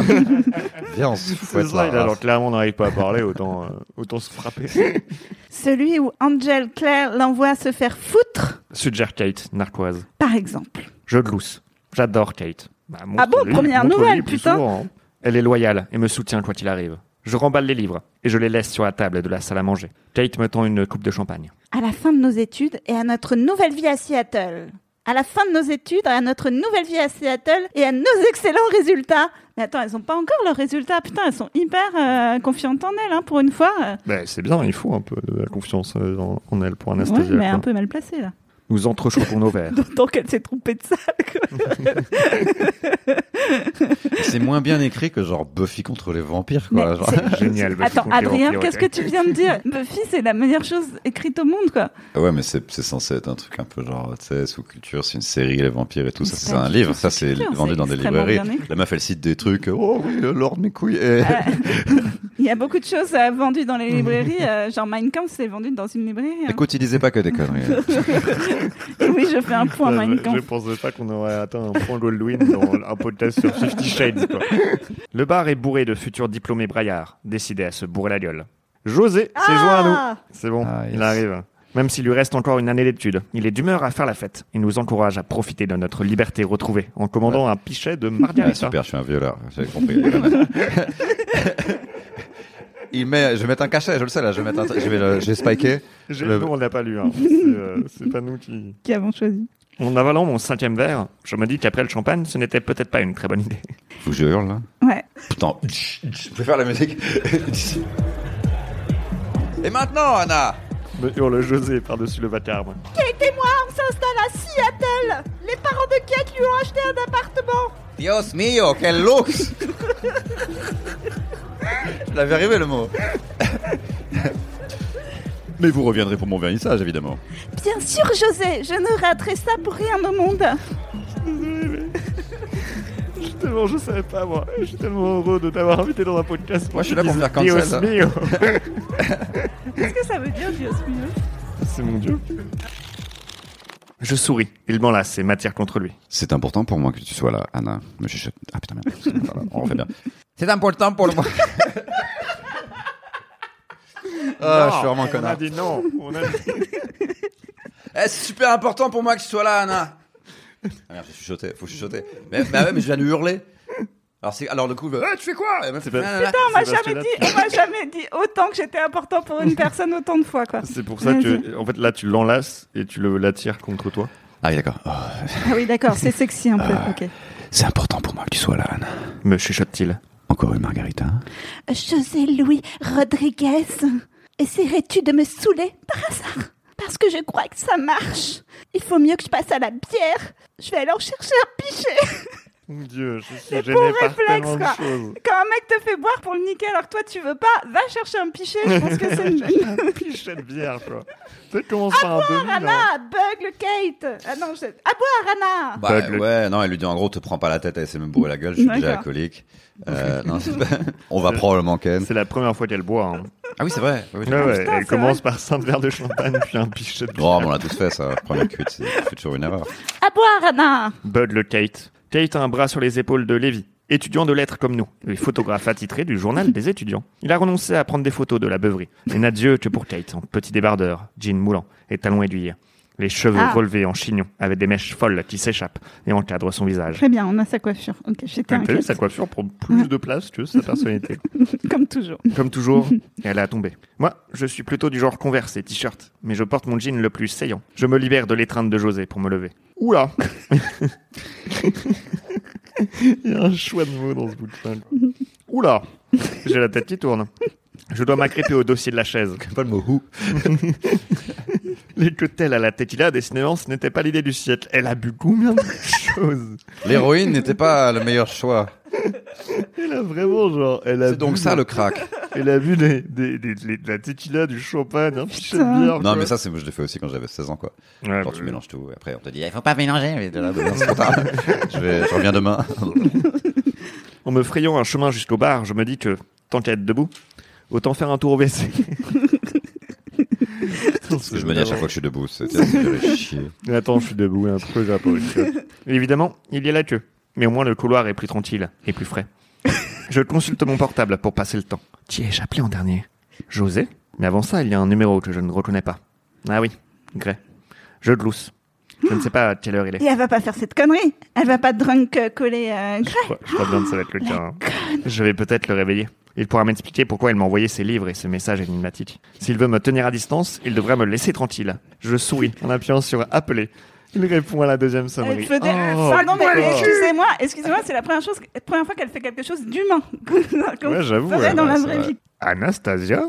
Viens, on se
C'est
fouette
ça,
la
il a genre
race.
clairement on n'arrive pas à parler, autant, euh, autant se
(laughs)
frapper.
Celui où Angel Claire l'envoie se faire foutre,
Suggère Kate, narquoise.
par exemple.
Je glousse. J'adore Kate. Bah,
Ah bon,
montre-lui-
première
montre-lui
nouvelle,
plus
putain.
souvent, hein. Elle est loyale et me soutient quoi qu'il arrive. Je remballe les livres et je les laisse sur la table de la salle à manger. Kate me tend une coupe de champagne.
À la fin de nos études et à notre nouvelle vie à Seattle. À la fin de nos études, à notre nouvelle vie à Seattle et à nos excellents résultats. Mais attends, elles n'ont pas encore leurs résultats. Putain, elles sont hyper euh, confiantes en elles, hein, pour une fois. euh.
Bah, c'est bien, il faut un peu de la confiance euh, en, en elle pour hein.
Ouais,
anesthésier.
mais
quoi.
un peu mal placée, là. (laughs)
Nous entrechoquons nos verres.
D'autant qu'elle s'est trompée de salle. quoi.
C'est moins bien écrit que genre Buffy contre les vampires,
Mais
quoi. genre.
(laughs)
c'est-
Génial. bah,
Attends,
c'est
Adrien,
complémentaire,
qu'est-ce que
ok.
tu viens de dire
(laughs)
Buffy, c'est la meilleure chose écrite au monde, quoi.
Ouais, mais c'est c'est censé être un truc un peu genre, tu sais, sous culture, c'est une série, les vampires et tout.
Mais
Ça,
c'est
c'est
pas
un
du
livre,
tout
ça,
sous
c'est
culture,
vendu
c'est
dans des
extrêmement
librairies.
bien écrit.
eh. La meuf, elle cite des trucs. euh, Oh oui, euh, l'or de mes couilles. et-
Euh, Il y a beaucoup de choses euh, vendues
(laughs)
dans les librairies. euh, genre Mein Kampf, c'est vendu dans une librairie. hein.
Écoute, il disait pas que des conneries. hein.
Et (laughs) oui, je fais un point
Ouais,
Mein
je- Euh, Je
Kampf.
pensais pas qu'on aurait atteint un point Goldwyn dans (laughs) un podcast sur Fifty Shades. quoi. Le bar est bourré de futurs diplômés braillards, décidés à se bourrer la gueule. José s'est joint à nous. C'est bon,
Ah, yes.
il arrive. Même s'il lui reste encore une année d'études, il est d'humeur à faire la fête. Il nous encourage à profiter de notre liberté retrouvée en commandant un pichet de (laughs)
Ah,
margarita.
super, je suis un violeur, j'avais compris. (laughs) Il met, je vais mettre un cachet, je le sais là, je vais, mettre un- je vais, le- je vais spiker.
J'ai-
Le-
nous, on l'a pas lu. hein. C'est euh, c'est pas nous qui.
Qui avons choisi
En avalant mon cinquième verre, je me dis qu'après le champagne, ce n'était peut-être pas une très bonne (laughs) idée.
Faut que je hurle là.
Ouais.
Putain, (laughs) je peux faire la musique. (laughs) Et maintenant, Anna
Me hurle José par-dessus oh, le vacarme.
On s'installe à Seattle Les parents de Kate lui ont acheté un appartement
Dios mio, quel luxe Je l'avais rêvé le mot. Mais vous reviendrez pour mon vernissage, évidemment.
Bien sûr, José, je ne raterai ça pour rien au monde
Je suis tellement, je savais pas moi. Je suis tellement heureux de t'avoir invité dans un podcast.
Moi, je suis là pour
qu'ils
faire
disent
cancel. (laughs)
Dios mio.
Qu'est-ce que ça veut dire, Dios mio
C'est mon dieu. Je souris. Il m'enlace et m'attire contre lui.
C'est important pour moi que tu sois là, Anna. Me chuchote. Ah putain, merde. (laughs) c'est pas là. On refait bien. C'est important pour moi. Ah, je suis vraiment
Oh, On
un
a
connard.
dit non. On a dit-
Eh, c'est super important pour moi que tu sois là, Anna. Ah merde, j'ai chuchoté. Faut chuchoter. Mais, mais, ah ouais, mais je viens de hurler. Alors, c'est, alors, du coup, je fais, Eh, tu fais quoi Et meuf,
C'est pas-
nanana.
Putain, on m'a
Sébastien
jamais, dit- on m'a jamais dit autant que j'étais important pour
(laughs)
une personne autant de fois, quoi.
C'est pour ça que, en fait, là, tu l'enlaces et tu le l'attires contre toi.
Ah oui, d'accord. Oh,
Ah oui, d'accord, c'est sexy un
Ah.
peu, ok.
c'est important pour moi que tu sois là, Anna.
Me chuchote-t-il.
Encore une margarita.
José Louis Rodriguez, essaierais-tu de me saouler par hasard Parce que je crois que ça marche. Il faut mieux que je passe à la bière. Je vais aller en chercher un pichet.
Mon Dieu, je suis
C'est
gêné
pour
par
réflexe,
tellement de
quoi. (laughs)
choses.
Quand un mec te fait boire pour le niquer alors que toi tu veux pas, va chercher un pichet. Je pense que c'est une.
(laughs) Un pichet de bière, quoi. Peut-être commence par un demi. là.
Anna, bugle Kate. Ah non, je... à boire Anna.
Bah,
Bug le-
ouais, non, elle lui dit en gros, te prends pas la tête, elle s'est même bourré la gueule, je suis déjà
D'accord.
alcoolique. Euh, non, (laughs) c'est pas- On va probablement Ken.
C'est la première fois qu'elle boit. hein.
Ah oui, c'est vrai. Oui, oui,
Ouais, ouais,
putain,
elle
c'est
commence par cinq verres de champagne, puis un pichet
(laughs)
de bière.
Oh, mais on l'a tous fait, ça. Première cuite, c'est c'est toujours une erreur.
À boire Anna.
Bud le Kate. Kate a un bras sur les épaules de Lévi, étudiant de lettres comme nous, et photographe attitré du journal des étudiants. Il a renoncé à prendre des photos de la beuverie, et n'a d'yeux que pour Kate, en petit débardeur, jean moulant et talons aiguilles. Les cheveux
Ah.
relevés en chignon, avec des mèches folles qui s'échappent et encadrent son visage.
Très bien, on a sa coiffure. Ok, j'étais
T'as vu,
inquiète.
sa coiffure prend plus de place que sa personnalité.
Comme toujours.
Comme (laughs) toujours, elle a tombé. Moi, je suis plutôt du genre converse et t-shirt, mais je porte mon jean le plus saillant. Je me libère de l'étreinte de José pour me lever. Oula (laughs) Il y a un choix de mots dans ce bouquin. Oula J'ai la tête qui tourne. Je dois m'agripper au dossier de la chaise.
Pas le mot who.
Les cotels à la tequila des ce n'était pas l'idée du siècle. Elle a bu combien de (laughs) choses
L'héroïne n'était pas le meilleur choix.
Elle a vraiment genre... Elle a
C'est donc
bu-
ça le crack. (laughs)
Elle a bu des, des- des- des- de la tequila, du champagne, un pichet de
Putain.
bière.
Non,
quoi.
mais ça, c'est, je l'ai fait aussi quand j'avais 16 ans, quoi.
Ouais,
Quand tu
bah,
mélanges tout, et après, on te dit, il faut pas mélanger. Mais de là, de là, (laughs) c'est trop tard. je, vais- je reviens demain.
En me frayant un chemin jusqu'au bar, je me dis que, tant qu'à être debout, autant faire un tour au (laughs) WC.
Ce que je me dis à chaque fois que je suis debout, c'est, tiens, c'est dur et chier.
Mais Attends, je suis debout, un peu j'ai un peu- Évidemment, il y a la queue. Mais au moins, le couloir est plus tranquille et plus frais. Je consulte mon portable pour passer le temps. Qui ai-je appelé en dernier José Mais avant ça, il y a un numéro que je ne reconnais pas. Ah oui, Gray. Je glousse. Je ne sais pas à quelle heure il
Et
est.
elle va pas faire cette connerie. Elle va pas drunk euh, coller euh, Grey.
Je crois, je crois bien que ça va être le cas. hein. Je vais peut-être le réveiller. Il pourra m'expliquer pourquoi il m'a envoyé ses livres et ses messages énigmatiques. S'il veut me tenir à distance, il devrait me laisser tranquille. Je souris en appuyant sur appeler. Il répond à la deuxième
Elle
sonnerie.
fait des-
Oh,
Pardon, mais
putain.
excusez-moi, excusez-moi, c'est la première chose, la première fois qu'elle fait quelque chose d'humain. (laughs) Comme
Ouais, j'avoue.
vrai
ouais.
dans la
c'est
vraie
vrai.
vie.
Anastasia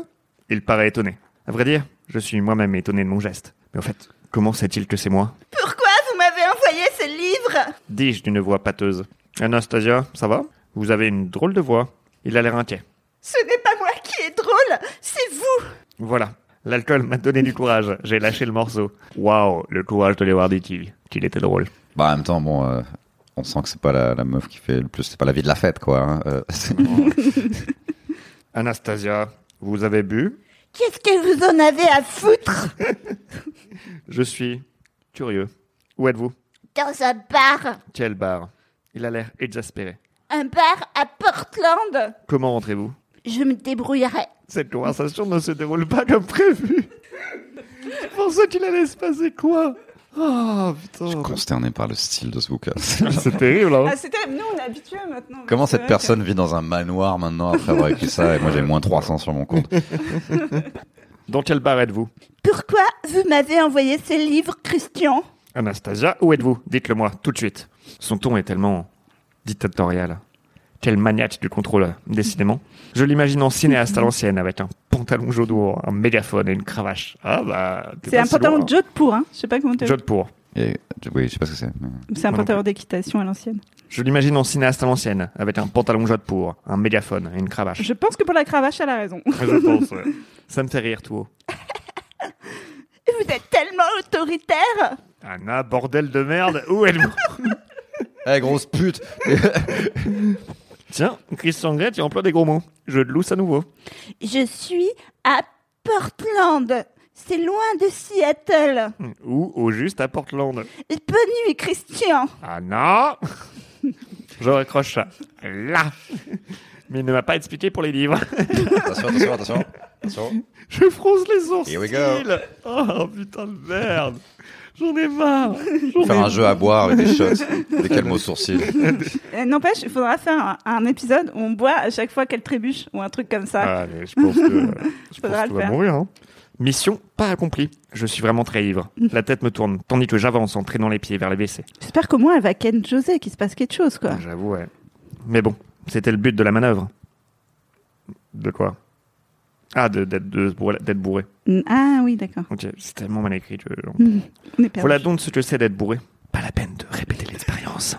Il paraît étonné. À vrai dire, je suis moi-même étonné de mon geste. Mais en fait, comment sait-il que c'est moi
Pourquoi vous m'avez envoyé ce livre
Dis-je d'une voix pâteuse. Anastasia, ça va Vous avez une drôle de voix. Il a l'air inquiet.
Ce n'est pas moi qui est drôle, c'est vous.
Voilà. L'alcool m'a donné du courage. J'ai lâché le morceau. Waouh, le courage de l'avoir dit qu'il qu'il était drôle.
Bah, en même temps, bon, euh, on (laughs) sent que c'est pas la, la meuf qui fait le plus, c'est pas la vie de la fête, quoi. hein. Euh, c'est-
Anastasia, vous avez bu
Qu'est-ce que vous en avez à foutre
(laughs) Je suis curieux. Où êtes-vous
Dans un bar.
Quel bar Il a l'air exaspéré.
Un bar à Portland.
Comment rentrez-vous
Je me débrouillerai.
Cette conversation ne se déroule pas comme prévu. (laughs) C'est pour ça qu'il allait se passer quoi Oh
Je suis
putain.
consterné par le style de ce bouquin.
C'est terrible, hein
Ah, c'est terrible. Nous, on est habitués maintenant.
Comment
C'est
cette
vrai
personne vit dans un manoir maintenant après avoir écrit ça et moi j'ai moins 300 sur mon compte
Dans quel bar êtes-vous
Pourquoi vous m'avez envoyé ces livres, Christian
Anastasia, où êtes-vous Dites-le-moi, tout de suite. Son ton est tellement dictatorial. Quel maniaque du contrôle, décidément. Je l'imagine en cinéaste à l'ancienne, avec un pantalon jaudour, un mégaphone et une cravache. Ah bah... t'es
C'est
pas
un
si
pantalon
loin.
de jeu de pour, hein. Je sais pas comment t'as
Jeu de pour.
Et, oui, je sais pas ce que c'est. mais-
C'est un
Moi non
pantalon d'équitation à l'ancienne.
Je l'imagine en cinéaste à l'ancienne, avec un pantalon jaune pour, un mégaphone et une cravache.
Je pense que pour la cravache, elle a raison.
(laughs) Je pense, ouais. Ça me fait rire tout haut.
Vous êtes tellement autoritaire.
Anna, bordel de merde, où êtes-vous
Eh grosse pute
Tiens, Christian Grey, tu emploies des gros mots. Je te lousse à nouveau.
Je suis à Portland. C'est loin de Seattle.
Ou au juste à Portland.
Bonne nuit, Christian.
Ah Anna (laughs) Je raccroche ça. Là (laughs) Mais il ne m'a pas expliqué pour les livres.
Attention, attention, attention. attention.
(laughs) Je fronce les sourcils.
Here we go.
Oh putain de merde J'en ai marre J'en ai
Faire un jeu à boire et des shots, des calmes aux sourcils.
Euh, N'empêche, il faudra faire un, un épisode où on boit à chaque fois qu'elle trébuche ou un truc comme ça.
Ah, mais je pense que, je pense
Faudra
que
le
tu vas
faire.
mourir. hein. Mission pas accomplie. Je suis vraiment très (laughs) ivre. La tête me tourne, tandis que j'avance en traînant les pieds vers les WC.
J'espère qu'au moins elle va ken José, qu'il se passe quelque chose, quoi.
J'avoue, ouais. Mais bon, c'était le but de la manœuvre. De quoi Ah, de- d'être de- d'être bourré.
Mm, Ah oui, d'accord. (laughs)
Ok, c'est tellement mal écrit. que-
On est perdu.
Voilà donc ce que c'est d'être bourré. Pas la peine de répéter l'expérience.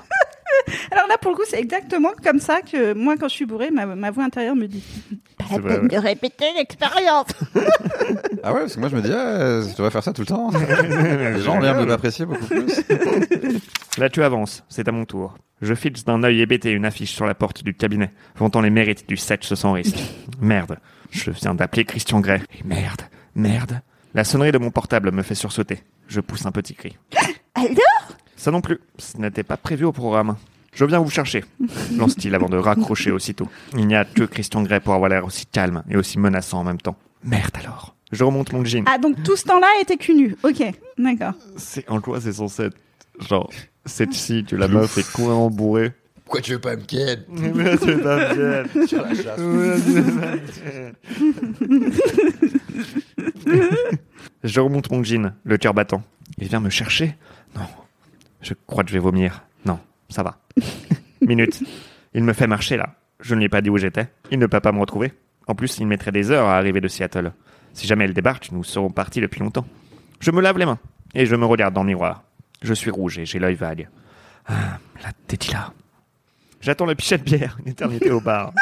Alors là, pour le coup, c'est exactement comme ça que moi, quand je suis bourrée, ma, ma voix intérieure me dit
(laughs) C'est vrai, ouais.
de répéter l'expérience.
Ah ouais, parce que moi je me dis, ah, je devrais faire ça tout le temps. Les gens ont l'air de m'apprécier beaucoup plus.
Là, tu avances, c'est à mon tour. Je fixe d'un œil hébété une affiche sur la porte du cabinet, vantant les mérites du sexe sans risque. merde, je viens d'appeler Christian Grey. Et merde, merde. La sonnerie de mon portable me fait sursauter. Je pousse un petit cri.
Alors
Ça non plus, ce n'était pas prévu au programme. Je viens vous chercher, lance-t-il avant de raccrocher aussitôt. Il n'y a que Christian Grey pour avoir l'air aussi calme et aussi menaçant en même temps. Merde alors. Je remonte mon jean.
Ah, donc tout ce temps-là, elle était cul nu. Ok, d'accord.
C'est en quoi c'est censé être genre cette fille que la meuf est complètement (laughs) bourrée
Pourquoi tu veux pas me ken
Monsieur Damiel. Monsieur Damiel. (laughs) Je remonte mon jean, le cœur battant. Il vient me chercher Non, je crois que je vais vomir. Non, ça va. Minute. Il me fait marcher là. Je ne lui ai pas dit où j'étais. Il ne peut pas me retrouver. En plus, il mettrait des heures à arriver de Seattle. Si jamais elle débarque, nous serons partis depuis longtemps. Je me lave les mains et je me regarde dans le miroir. Je suis rouge et j'ai l'œil vague. Ah, la tête est là. J'attends le pichet de bière, une éternité au bar.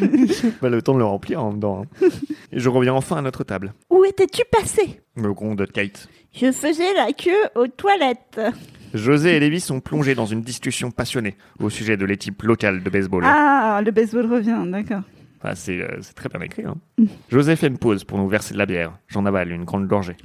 J'ai pas Bah, le temps de le remplir en même temps. hein. Et je reviens enfin à notre table.
Où étais-tu passé
Me gronde Kate.
Je faisais la queue aux toilettes.
José et Lévi sont plongés dans une discussion passionnée au sujet de l'équipe locale de baseball.
Ah, le baseball revient, d'accord.
Ah, c'est euh, c'est très bien écrit. Hein. José fait une pause pour nous verser de la bière. J'en avale une grande gorgée.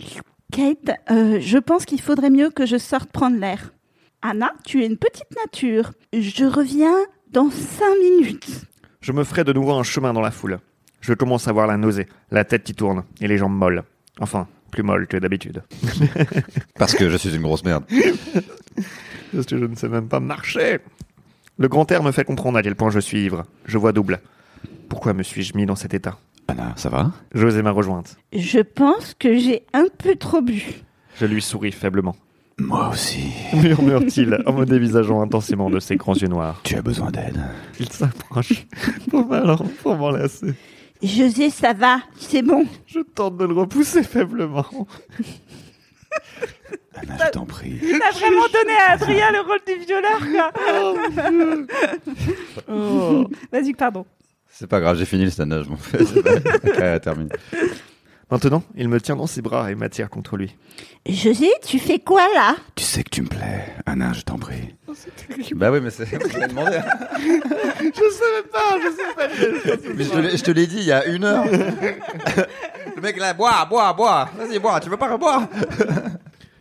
Kate, euh, je pense qu'il faudrait mieux que je sorte prendre l'air. Anna, tu es une petite nature. Je reviens dans cinq minutes.
Je me ferai de nouveau un chemin dans la foule. Je commence à voir la nausée, la tête qui tourne et les jambes molles. Enfin, plus molles que d'habitude.
Parce que je suis une grosse merde.
Parce que je ne sais même pas marcher. Le grand air me fait comprendre à quel point je suis ivre. Je vois double. Pourquoi me suis-je mis dans cet état
Anna, ça va
José m'a rejointe.
Je pense que j'ai un peu trop bu.
Je lui souris faiblement.
Moi aussi,
(laughs) Murmure-t-il en me dévisageant intensément de ses grands yeux noirs.
tu as besoin d'aide.
Il s'approche pour m'en- pour m'enlacer.
José, ça va, c'est (laughs) bon.
Je tente de le repousser faiblement.
Anna, je t'en prie.
T'as vraiment donné à Adrien le rôle du violeur, quoi.
Oh, mon Dieu. Oh.
(laughs) Vas-y, pardon.
C'est pas grave, j'ai fini le stand-up, je m'en fais. La carrière est terminée.
Maintenant, il me tient dans ses bras et m'attire contre lui.
José, tu fais quoi là
Tu sais que tu me plais, Anna, je t'en prie.
Oh,
Bah oui, mais c'est. Je l'ai demandé.
Je savais pas, je savais pas.
Mais je te l'ai- je te l'ai dit il y a une heure. (laughs) Le mec là, bois, bois, bois. Vas-y, bois, tu veux pas reboire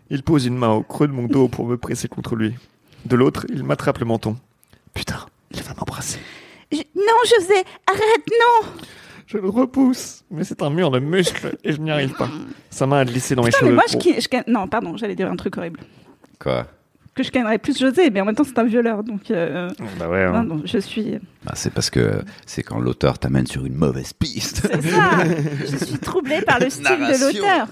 Il pose une main au creux de mon dos pour me presser contre lui. De l'autre, il m'attrape le menton. Putain, il va m'embrasser.
Je- Non, José, arrête, non
Je le repousse, mais c'est un mur de muscles et je n'y arrive pas. Sa main a glissé dans
Putain,
mes
mais
cheveux.
moi, je, qui- je can- Non, pardon, j'allais dire un truc horrible.
Quoi
Que je cannerais plus José, mais en même temps, c'est un violeur, donc... euh,
Oh, Bah ouais,
non,
hein.
non, je suis...
Bah, c'est parce que c'est quand l'auteur t'amène sur une mauvaise
(laughs)
piste.
C'est (laughs) ça Je suis troublée par le style
Narration.
de l'auteur.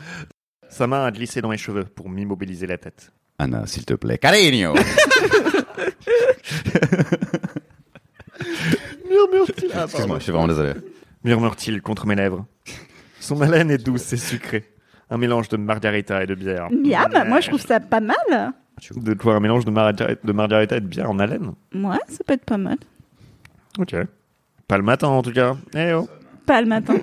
Sa main a glissé dans mes cheveux pour m'immobiliser la tête.
Anna, s'il te plaît, Carigno
Murmure-t-il. Ah,
Excuse-moi, je suis vraiment désolé.
Murmure-t-il contre mes lèvres. Son haleine est douce et sucrée. Un mélange de margarita et de bière.
Miam, moi, je trouve ça pas mal.
De quoi un mélange de, margarita- de margarita et de bière en haleine
Moi, ça peut être pas mal.
Ok. Pas le matin en tout cas. Eh oh.
Pas le matin.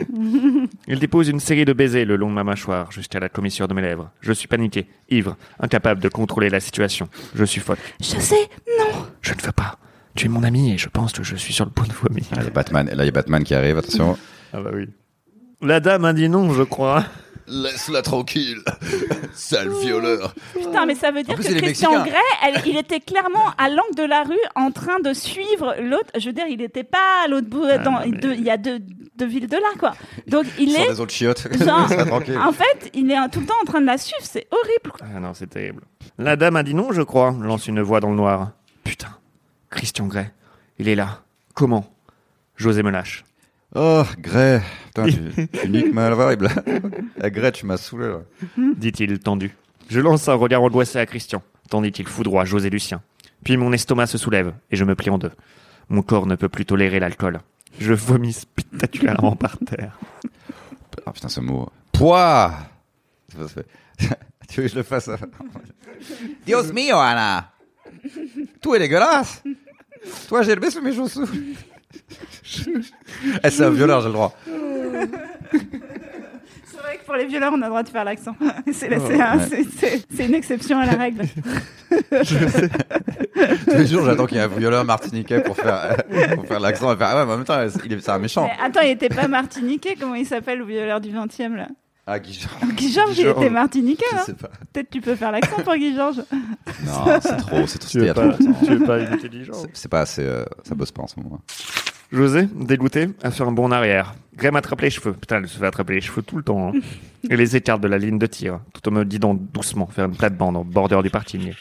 Il dépose une série de baisers le long de ma mâchoire jusqu'à la commissure de mes lèvres. Je suis paniqué, ivre, incapable de contrôler la situation. Je suis folle.
José, non
Je ne veux pas. Tu es mon ami et je pense que je suis sur le point de vomir.
Ah, il y a Batman. Là, il y a Batman qui arrive, attention.
Ah bah oui. La dame a dit non, je crois.
Laisse-la tranquille, sale violeur
Putain, mais ça veut dire
plus,
que
il est
Christian
mexicain.
Grey, elle- il était clairement à l'angle de la rue en train de suivre l'autre. Je veux dire, il n'était pas à l'autre bout. dans-
non, mais-
deux- Il y a deux, deux villes de là, quoi. Donc, il
Sans
est.
des autres chiottes.
Genre-
(laughs) Laisse-la tranquille.
En fait, il est tout le temps en train de la suivre. C'est horrible. quoi.
Ah non, c'est terrible. La dame a dit non, je crois, lance une voix dans le noir. Putain. Christian Grey. Il est là. Comment José me lâche.
Oh, Grey. Putain, (laughs) tu, tu niques ma vibe là. Ah, Grey, tu m'as saoulé là.
dit-il tendu. Je lance un regard angoissé à Christian, tandis qu'il foudroie José Lucien. Puis mon estomac se soulève et je me plie en deux. Mon corps ne peut plus tolérer l'alcool. Je vomis spectaculairement par terre.
Ah putain, ce mot. Poids C'est pas- c'est pas- (laughs) Tu veux que je le fasse Dios mio, Anna Tout est dégueulasse Toi, j'ai le baisse sous mes chaussures Eh, C'est un violeur, j'ai le droit.
C'est vrai que pour les violeurs, on a le droit de faire l'accent. (laughs) C'est la- c'est un-
Oh, ouais.
c'est- c'est- c'est une exception à la
(laughs)
règle.
Tous les jours, j'attends qu'il y ait un violeur martiniquais pour faire, (laughs) pour faire l'accent. et faire, Ah ouais, mais en même temps, il est- c'est un méchant.
Mais attends, il n'était pas martiniquais. Comment il s'appelle, le violeur du 20e, là
Ah, Guy Georges,
Guy Georges, il
Georges.
était martiniquais,
je
hein
sais pas.
Peut-être tu peux faire l'accent pour Guy
(laughs)
Georges.
Non, c'est trop, c'est trop. c'était il y a trop longtemps.
intelligent.
C'est- C'est pas assez. euh, ça bosse pas en ce moment.
José, dégoûté, a fait un bond en arrière. Grey m'attrape les cheveux. Putain, elle se fait attraper les cheveux tout le temps.
(laughs)
hein. Et les écarte de la ligne de tir, tout en me guidant doucement vers une plate-bande en bordure du parking.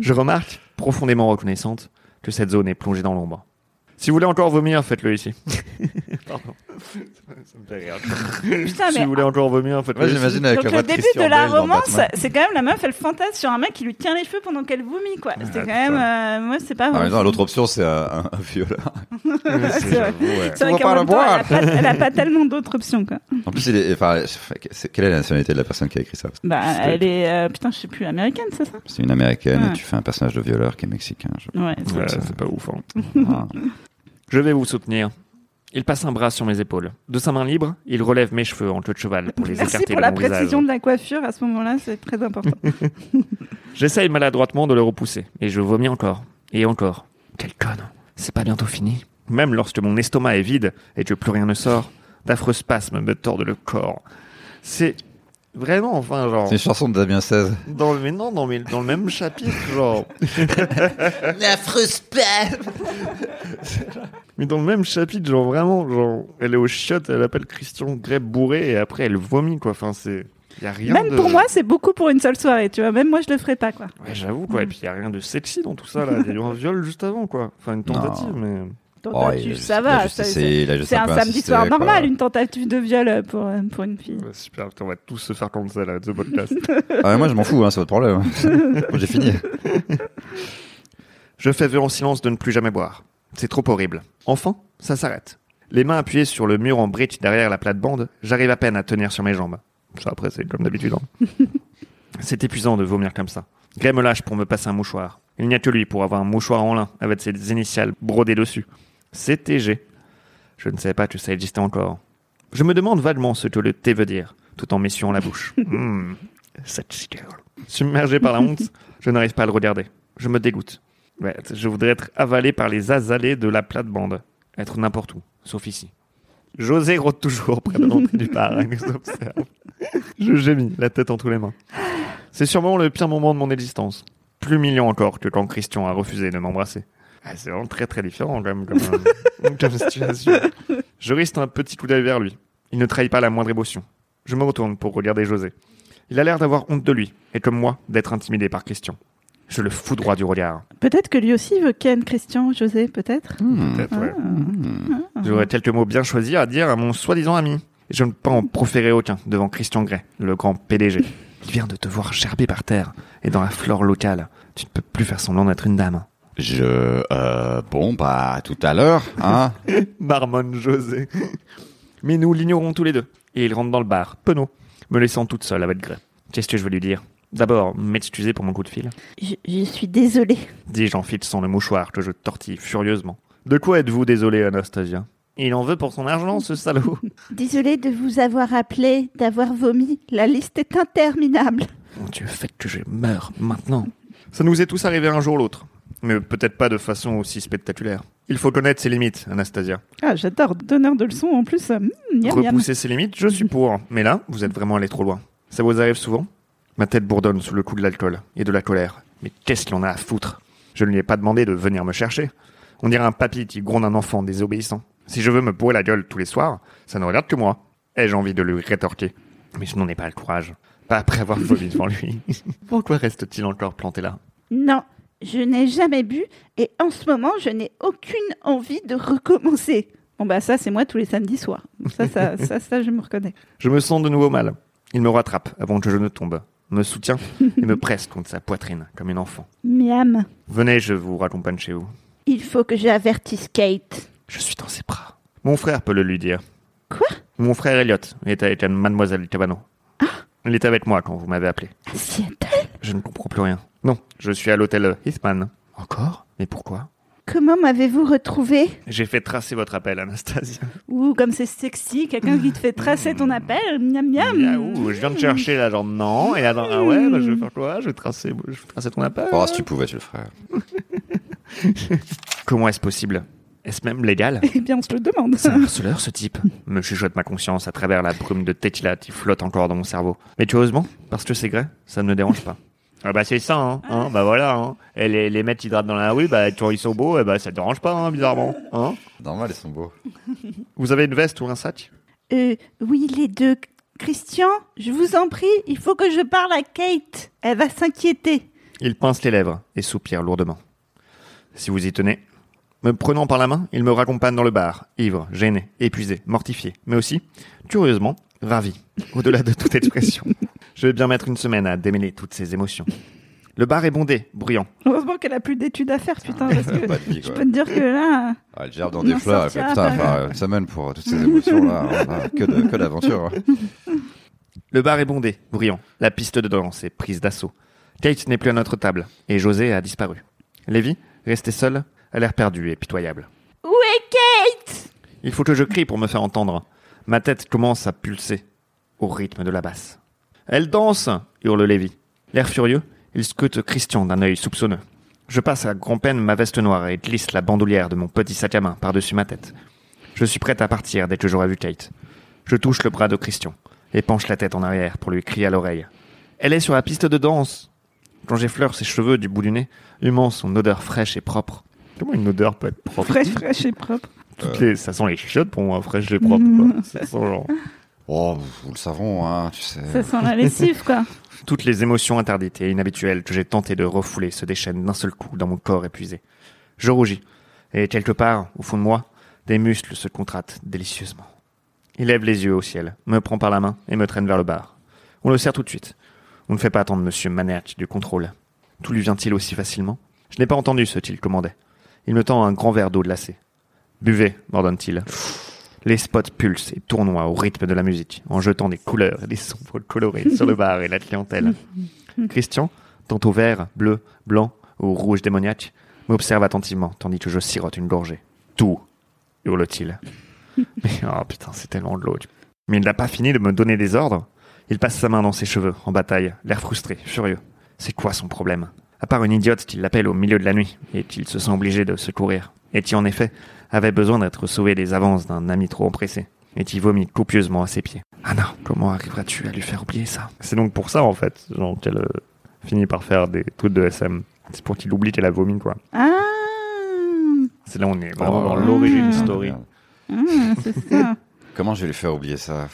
Je remarque, profondément reconnaissante, que cette zone est plongée dans l'ombre. Si vous voulez encore vomir, faites-le
(laughs)
ici. Pardon. Ça me fait rire.
Putain,
Si
mais
vous voulez encore vomir, faites-le
Moi,
ici. (laughs)
j'imagine avec
Donc
la
le
voix de
début
Christian
de la
Bale dans
romance,
Batman.
c'est quand même la meuf, elle fantasme sur un mec qui lui tient les cheveux pendant qu'elle vomit, quoi. C'est quand même, euh, moi, c'est pas
En
vrai.
même temps, Ah, l'autre option, c'est un, un- un violeur.
C'est vrai.
Ouais.
C'est vrai
On va
qu'en
pas
même
le
temps,
boire.
elle, a pas, elle a
(laughs)
pas tellement d'autres options, quoi.
(laughs) En plus, il est, enfin, je- c'est- quelle est la nationalité de la personne qui a écrit ça
Bah,
C'est-
elle est, euh, putain, je sais plus, américaine, c'est ça
C'est une américaine
Ouais.
et tu fais un personnage de violeur qui est mexicain. je-
Ouais. c'est-
Ouais, c'est pas ouf. hein.
(laughs)
Ah.
Je vais vous soutenir. Il passe un bras sur mes épaules. De sa main libre, il relève mes cheveux en queue de cheval pour les
Merci
écarter
pour
de
la
mon visage.
précision de la coiffure à ce moment-là, c'est très important.
J'essaye maladroitement de le repousser, et je vomis encore, et encore. Quelle conne, c'est pas bientôt fini. Même lorsque mon estomac est vide et que plus rien ne sort, d'affreux spasmes me tordent le corps. C'est vraiment, enfin, genre,
C'est une chanson de Damien XVI.
dans le, mais non, dans, mais dans le même chapitre, genre. (laughs) Mais dans le même chapitre, genre vraiment, genre, elle est aux chiottes, elle appelle Christian Grey bourré, et après elle vomit, quoi. Enfin, c'est. Y a rien
Même
de-
pour moi, c'est beaucoup pour une seule soirée, tu vois. Même moi, je le ferais pas, quoi.
Ouais, j'avoue, quoi. Et puis, il a rien de sexy dans tout ça, là. Il y a eu un viol juste avant, quoi. Enfin, une tentative, mais.
Donc,
Oh,
toi,
il
bah, tu-
a juste-
ça
il a
va,
juste
ça- c'est
essayé, il a juste
c'est un
peu
samedi
insisté,
soir
quoi.
normal, une tentative de viol euh, pour, euh, pour une fille.
Ouais, super, putain, on va tous se faire cancel à ce podcast.
Ah, mais moi,
(laughs)
je m'en fous, hein, c'est votre problème. (laughs) Moi, J'ai fini.
Je fais vœu en silence de ne plus jamais boire. C'est trop horrible. Enfin, ça s'arrête. Les mains appuyées sur le mur en brique derrière la plate-bande, j'arrive à peine à tenir sur mes jambes. Ça, après, c'est comme d'habitude. hein. c'est épuisant de vomir comme ça. Gray me lâche pour me passer un mouchoir. Il n'y a que lui pour avoir un mouchoir en lin avec ses initiales brodées dessus. CTG. Je ne savais pas que ça existait encore. Je me demande vaguement ce que le T veut dire. tout en messiant la bouche. Hmm, sexy girl. Submergé par la honte, je n'arrive pas à le regarder. Je me dégoûte. Ouais, je voudrais être avalé par les azalées de la plate-bande. Être n'importe où, sauf ici. José rôde toujours près de l'entrée du bar. hein, Il nous observe. Je gémis, la tête entre les mains. C'est sûrement le pire moment de mon existence. Plus mignon encore que quand Christian a refusé de m'embrasser. Ah, c'est vraiment très très différent quand même comme, euh, (laughs) comme situation. Je risque un petit coup d'œil vers lui. Il ne trahit pas la moindre émotion. Je me retourne pour regarder José. Il a l'air d'avoir honte de lui, et comme moi, d'être intimidé par Christian. Je le fous droit du regard.
Peut-être que lui aussi veut Ken, Christian, José, peut-être. Ah.
Peut-être, ouais.
Hmm.
J'aurais quelques mots bien choisis à dire à mon soi-disant ami. Et Je ne peux pas en proférer aucun devant Christian Gray, le grand (laughs) PDG. Il vient de te voir gerber par terre et dans la flore locale. Tu ne peux plus faire semblant d'être une dame.
Je. euh, bon, bah, à tout à l'heure,
(laughs)
hein.
Marmonne José. (laughs) Mais nous l'ignorons tous les deux. Et il rentre dans le bar, penaud, me laissant toute seule avec Gray. Qu'est-ce que je veux lui dire D'abord, m'excuser pour mon coup de fil.
Je, je suis désolée.
dis-je en fixant le mouchoir que je tortille furieusement. De quoi êtes-vous désolé, Anastasia Il en veut pour son argent, ce salaud
Désolée de vous avoir appelé, d'avoir vomi. La liste est interminable.
Mon Dieu, faites que je meure maintenant Ça nous est tous arrivé un jour ou l'autre, mais peut-être pas de façon aussi spectaculaire. Il faut connaître ses limites, Anastasia.
Ah, j'adore. Donneur de leçons en plus. Hum, miam, miam.
Repousser ses limites, je suis pour, mais là, vous êtes vraiment allé trop loin. Ça vous arrive souvent Ma tête bourdonne sous le coup de l'alcool et de la colère. Mais qu'est-ce qu'il en a à foutre Je ne lui ai pas demandé de venir me chercher. On dirait un papy qui gronde un enfant désobéissant. Si je veux me bourrer la gueule tous les soirs, ça ne regarde que moi. Ai-je envie de lui rétorquer Mais je n'en ai pas le courage. Pas après avoir vomi devant lui. (laughs) Pourquoi reste-t-il encore planté là
Non, je n'ai jamais bu et en ce moment, je n'ai aucune envie de recommencer. Bon, bah, ça, c'est moi tous les samedis soirs. Ça, ça, ça, ça, je me reconnais.
Je me sens de nouveau mal. Il me rattrape avant que je ne tombe, me soutient et me presse contre sa poitrine comme une enfant.
Miam,
Venez, je vous raccompagne chez vous.
il faut que j'avertisse Kate.
Je suis dans ses bras. Mon frère peut le lui dire.
Quoi
Mon frère Elliot est avec mademoiselle Cabano. Il était avec moi quand vous m'avez appelé.
À Seattle
Je ne comprends plus rien. Non, je suis à l'hôtel Heathman. Encore Mais pourquoi
Comment m'avez-vous retrouvé
J'ai fait tracer votre appel, Anastasia.
Ouh, comme c'est sexy, quelqu'un qui te fait tracer ton appel. Miam, miam.
Yaou, je viens de chercher là, genre non. Et là, genre, ah ouais, bah, je vais faire quoi je vais, tracer, je vais tracer ton appel.
Oh, si tu pouvais, tu le ferais.
Comment est-ce possible Est-ce même légal
Eh bien, on se le demande. (laughs)
C'est un harceleur, ce type. Me chuchote ma conscience à travers la brume de tequila qui flotte encore dans mon cerveau. Mais curieusement, parce que c'est gré, ça ne me dérange pas. Ah bah c'est ça, hein, hein, bah voilà, hein. Et les, les mecs qui dratent dans la rue, bah quand ils sont beaux, eh bah ça te dérange pas, hein, bizarrement, hein.
Normal, ils
(laughs)
sont beaux.
Vous avez une veste ou un sac
Euh, oui, les deux. Christian, je vous en prie, il faut que je parle à Kate. Elle va s'inquiéter.
Il pince les lèvres et soupire lourdement. Si vous y tenez. Me prenant par la main, il me raccompagne dans le bar, ivre, gêné, épuisé, mortifié, mais aussi, curieusement, ravi, au-delà de toute expression. Je vais bien mettre une semaine à démêler toutes ces émotions. Le bar est bondé, bruyant.
Heureusement qu'elle a plus d'études à faire, putain, parce que
Pas de vie,
je
quoi.
peux te dire que là,
Ah, elle gère dans
On
des
en
fleurs, elle fait
sortira
putain,
pas.
enfin, une semaine pour euh, toutes ces émotions-là. hein, voilà, que de- que d'aventure. hein.
Le bar est bondé, bruyant. La piste de danse est prise d'assaut. Kate n'est plus à notre table, et José a disparu. Lévi, resté seul, a l'air perdu et pitoyable.
où est Kate
Il faut que je crie pour me faire entendre. Ma tête commence à pulser au rythme de la basse. Elle danse hurle Lévi. L'air furieux, il scrute Christian d'un œil soupçonneux. Je passe à grand-peine ma veste noire et glisse la bandoulière de mon petit sac à main par-dessus ma tête. Je suis prête à partir dès que j'aurai vu Kate. Je touche le bras de Christian et penche la tête en arrière pour lui crier à l'oreille. Elle est sur la piste de danse. Quand j'effleure ses cheveux du bout du nez, humant son odeur fraîche et propre. Comment une odeur peut être propre
Fraîche, fraîche et propre.
toutes les- ça sent les chiottes pour moi, fraîche et propre. quoi. Ça sent genre-
Oh, vous le savons, hein, tu sais.
Ça sent la lessive, quoi.
Toutes les émotions interdites et inhabituelles que j'ai tenté de refouler se déchaînent d'un seul coup dans mon corps épuisé. Je rougis, et quelque part, au fond de moi, des muscles se contractent délicieusement. Il lève les yeux au ciel, me prend par la main et me traîne vers le bar. On le sert tout de suite. On ne fait pas attendre Monsieur Manerch du contrôle. Tout lui vient-il aussi facilement Je n'ai pas entendu ce qu'il commandait. Il me tend un grand verre d'eau glacée. Buvez, m'ordonne-t-il. Les spots pulsent et tournoient au rythme de la musique, en jetant des couleurs et des sons colorés sur le bar et la clientèle. Christian, tantôt vert, bleu, blanc ou rouge démoniaque, m'observe attentivement tandis que je sirote une gorgée. Tout, hurle-t-il. Mais oh putain, c'est tellement de l'eau. Mais il n'a pas fini de me donner des ordres. Il passe sa main dans ses cheveux, en bataille, l'air frustré, furieux. C'est quoi son problème À part une idiote qui l'appelle au milieu de la nuit et qu'il se sent obligé de secourir, et qui en effet avait besoin d'être sauvé des avances d'un ami trop empressé, et qui vomit copieusement à ses pieds. Ah non, comment arriveras-tu à lui faire oublier ça C'est donc pour ça en fait, genre qu'elle euh, finit par faire des trucs de SM. C'est pour qu'il oublie qu'elle a vomi quoi.
Ah,
C'est là on est vraiment
Oh.
dans l'origine
Mmh.
story.
Merde.
ah, c'est ça.
Comment je vais lui faire
(laughs)
oublier ça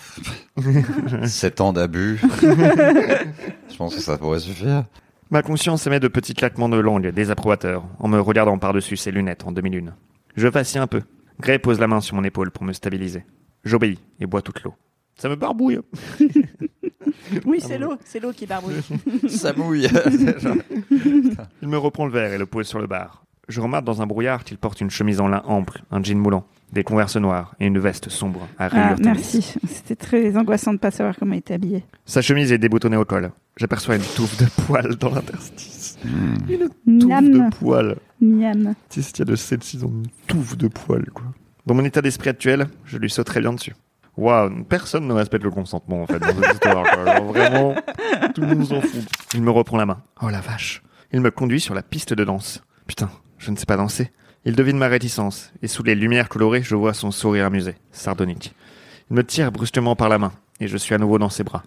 7 ans d'abus. je pense que ça pourrait suffire.
Ma conscience émet de petits claquements de langue désapprobateurs en me regardant par-dessus ses lunettes en demi-lune. Je vacille un peu. Gray pose la main sur mon épaule pour me stabiliser. J'obéis et bois toute l'eau. Ça me barbouille.
Oui, c'est l'eau, c'est l'eau qui barbouille. (laughs)
Ça mouille.
Il me reprend le verre et le pose sur le bar. Je remarque dans un brouillard qu'il porte une chemise en lin ample, un jean moulant, des converses noires et une veste sombre à
Ah,
rayures tamisées.
merci. C'était très angoissant de ne pas savoir comment il était habillé.
Sa chemise est débboutonnée au col. J'aperçois une touffe de poils dans l'interstice. Une touffe de
Miam,
poils.
miam.
Tu sais, il y a de 7-6 ans, une touffe de poils, quoi. Dans mon état d'esprit actuel, je lui sauterais bien dessus. Waouh, personne ne respecte le consentement, en fait, dans cette histoire, quoi. Genre, vraiment, tout le monde s'en fout. Il me reprend la main. Oh la vache. Il me conduit sur la piste de danse. Putain, je ne sais pas danser. Il devine ma réticence, et sous les lumières colorées, je vois son sourire amusé, sardonique. Il me tire brusquement par la main, et je suis à nouveau dans ses bras.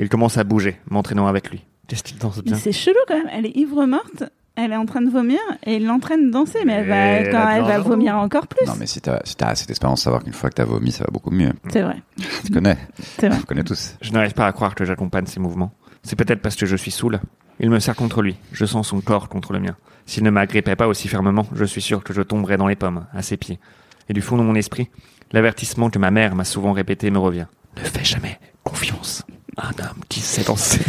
Il commence à bouger, m'entraînant avec lui. Qu'est-ce qu'il danse
Mais
bien
c'est chelou quand même. Elle est ivre morte, elle est en train de vomir et il l'entraîne danser. Mais elle va,
Et elle
quand
a
elle
bien
va
raison.
vomir encore plus.
Non, mais si t'as si t'as assez d'expérience, savoir qu'une fois que t'as vomi, ça va beaucoup mieux.
C'est vrai.
Tu connais.
C'est vrai.
On connaît tous.
Je n'arrive pas à croire que j'accompagne ses mouvements. C'est peut-être parce que je suis saoul. Il me serre contre lui. Je sens son corps contre le mien. S'il ne m'agrippait pas aussi fermement, je suis sûr que je tomberais dans les pommes, à ses pieds. Et du fond de mon esprit, l'avertissement que ma mère m'a souvent répété me revient. Ne fais jamais confiance à un homme qui sait danser.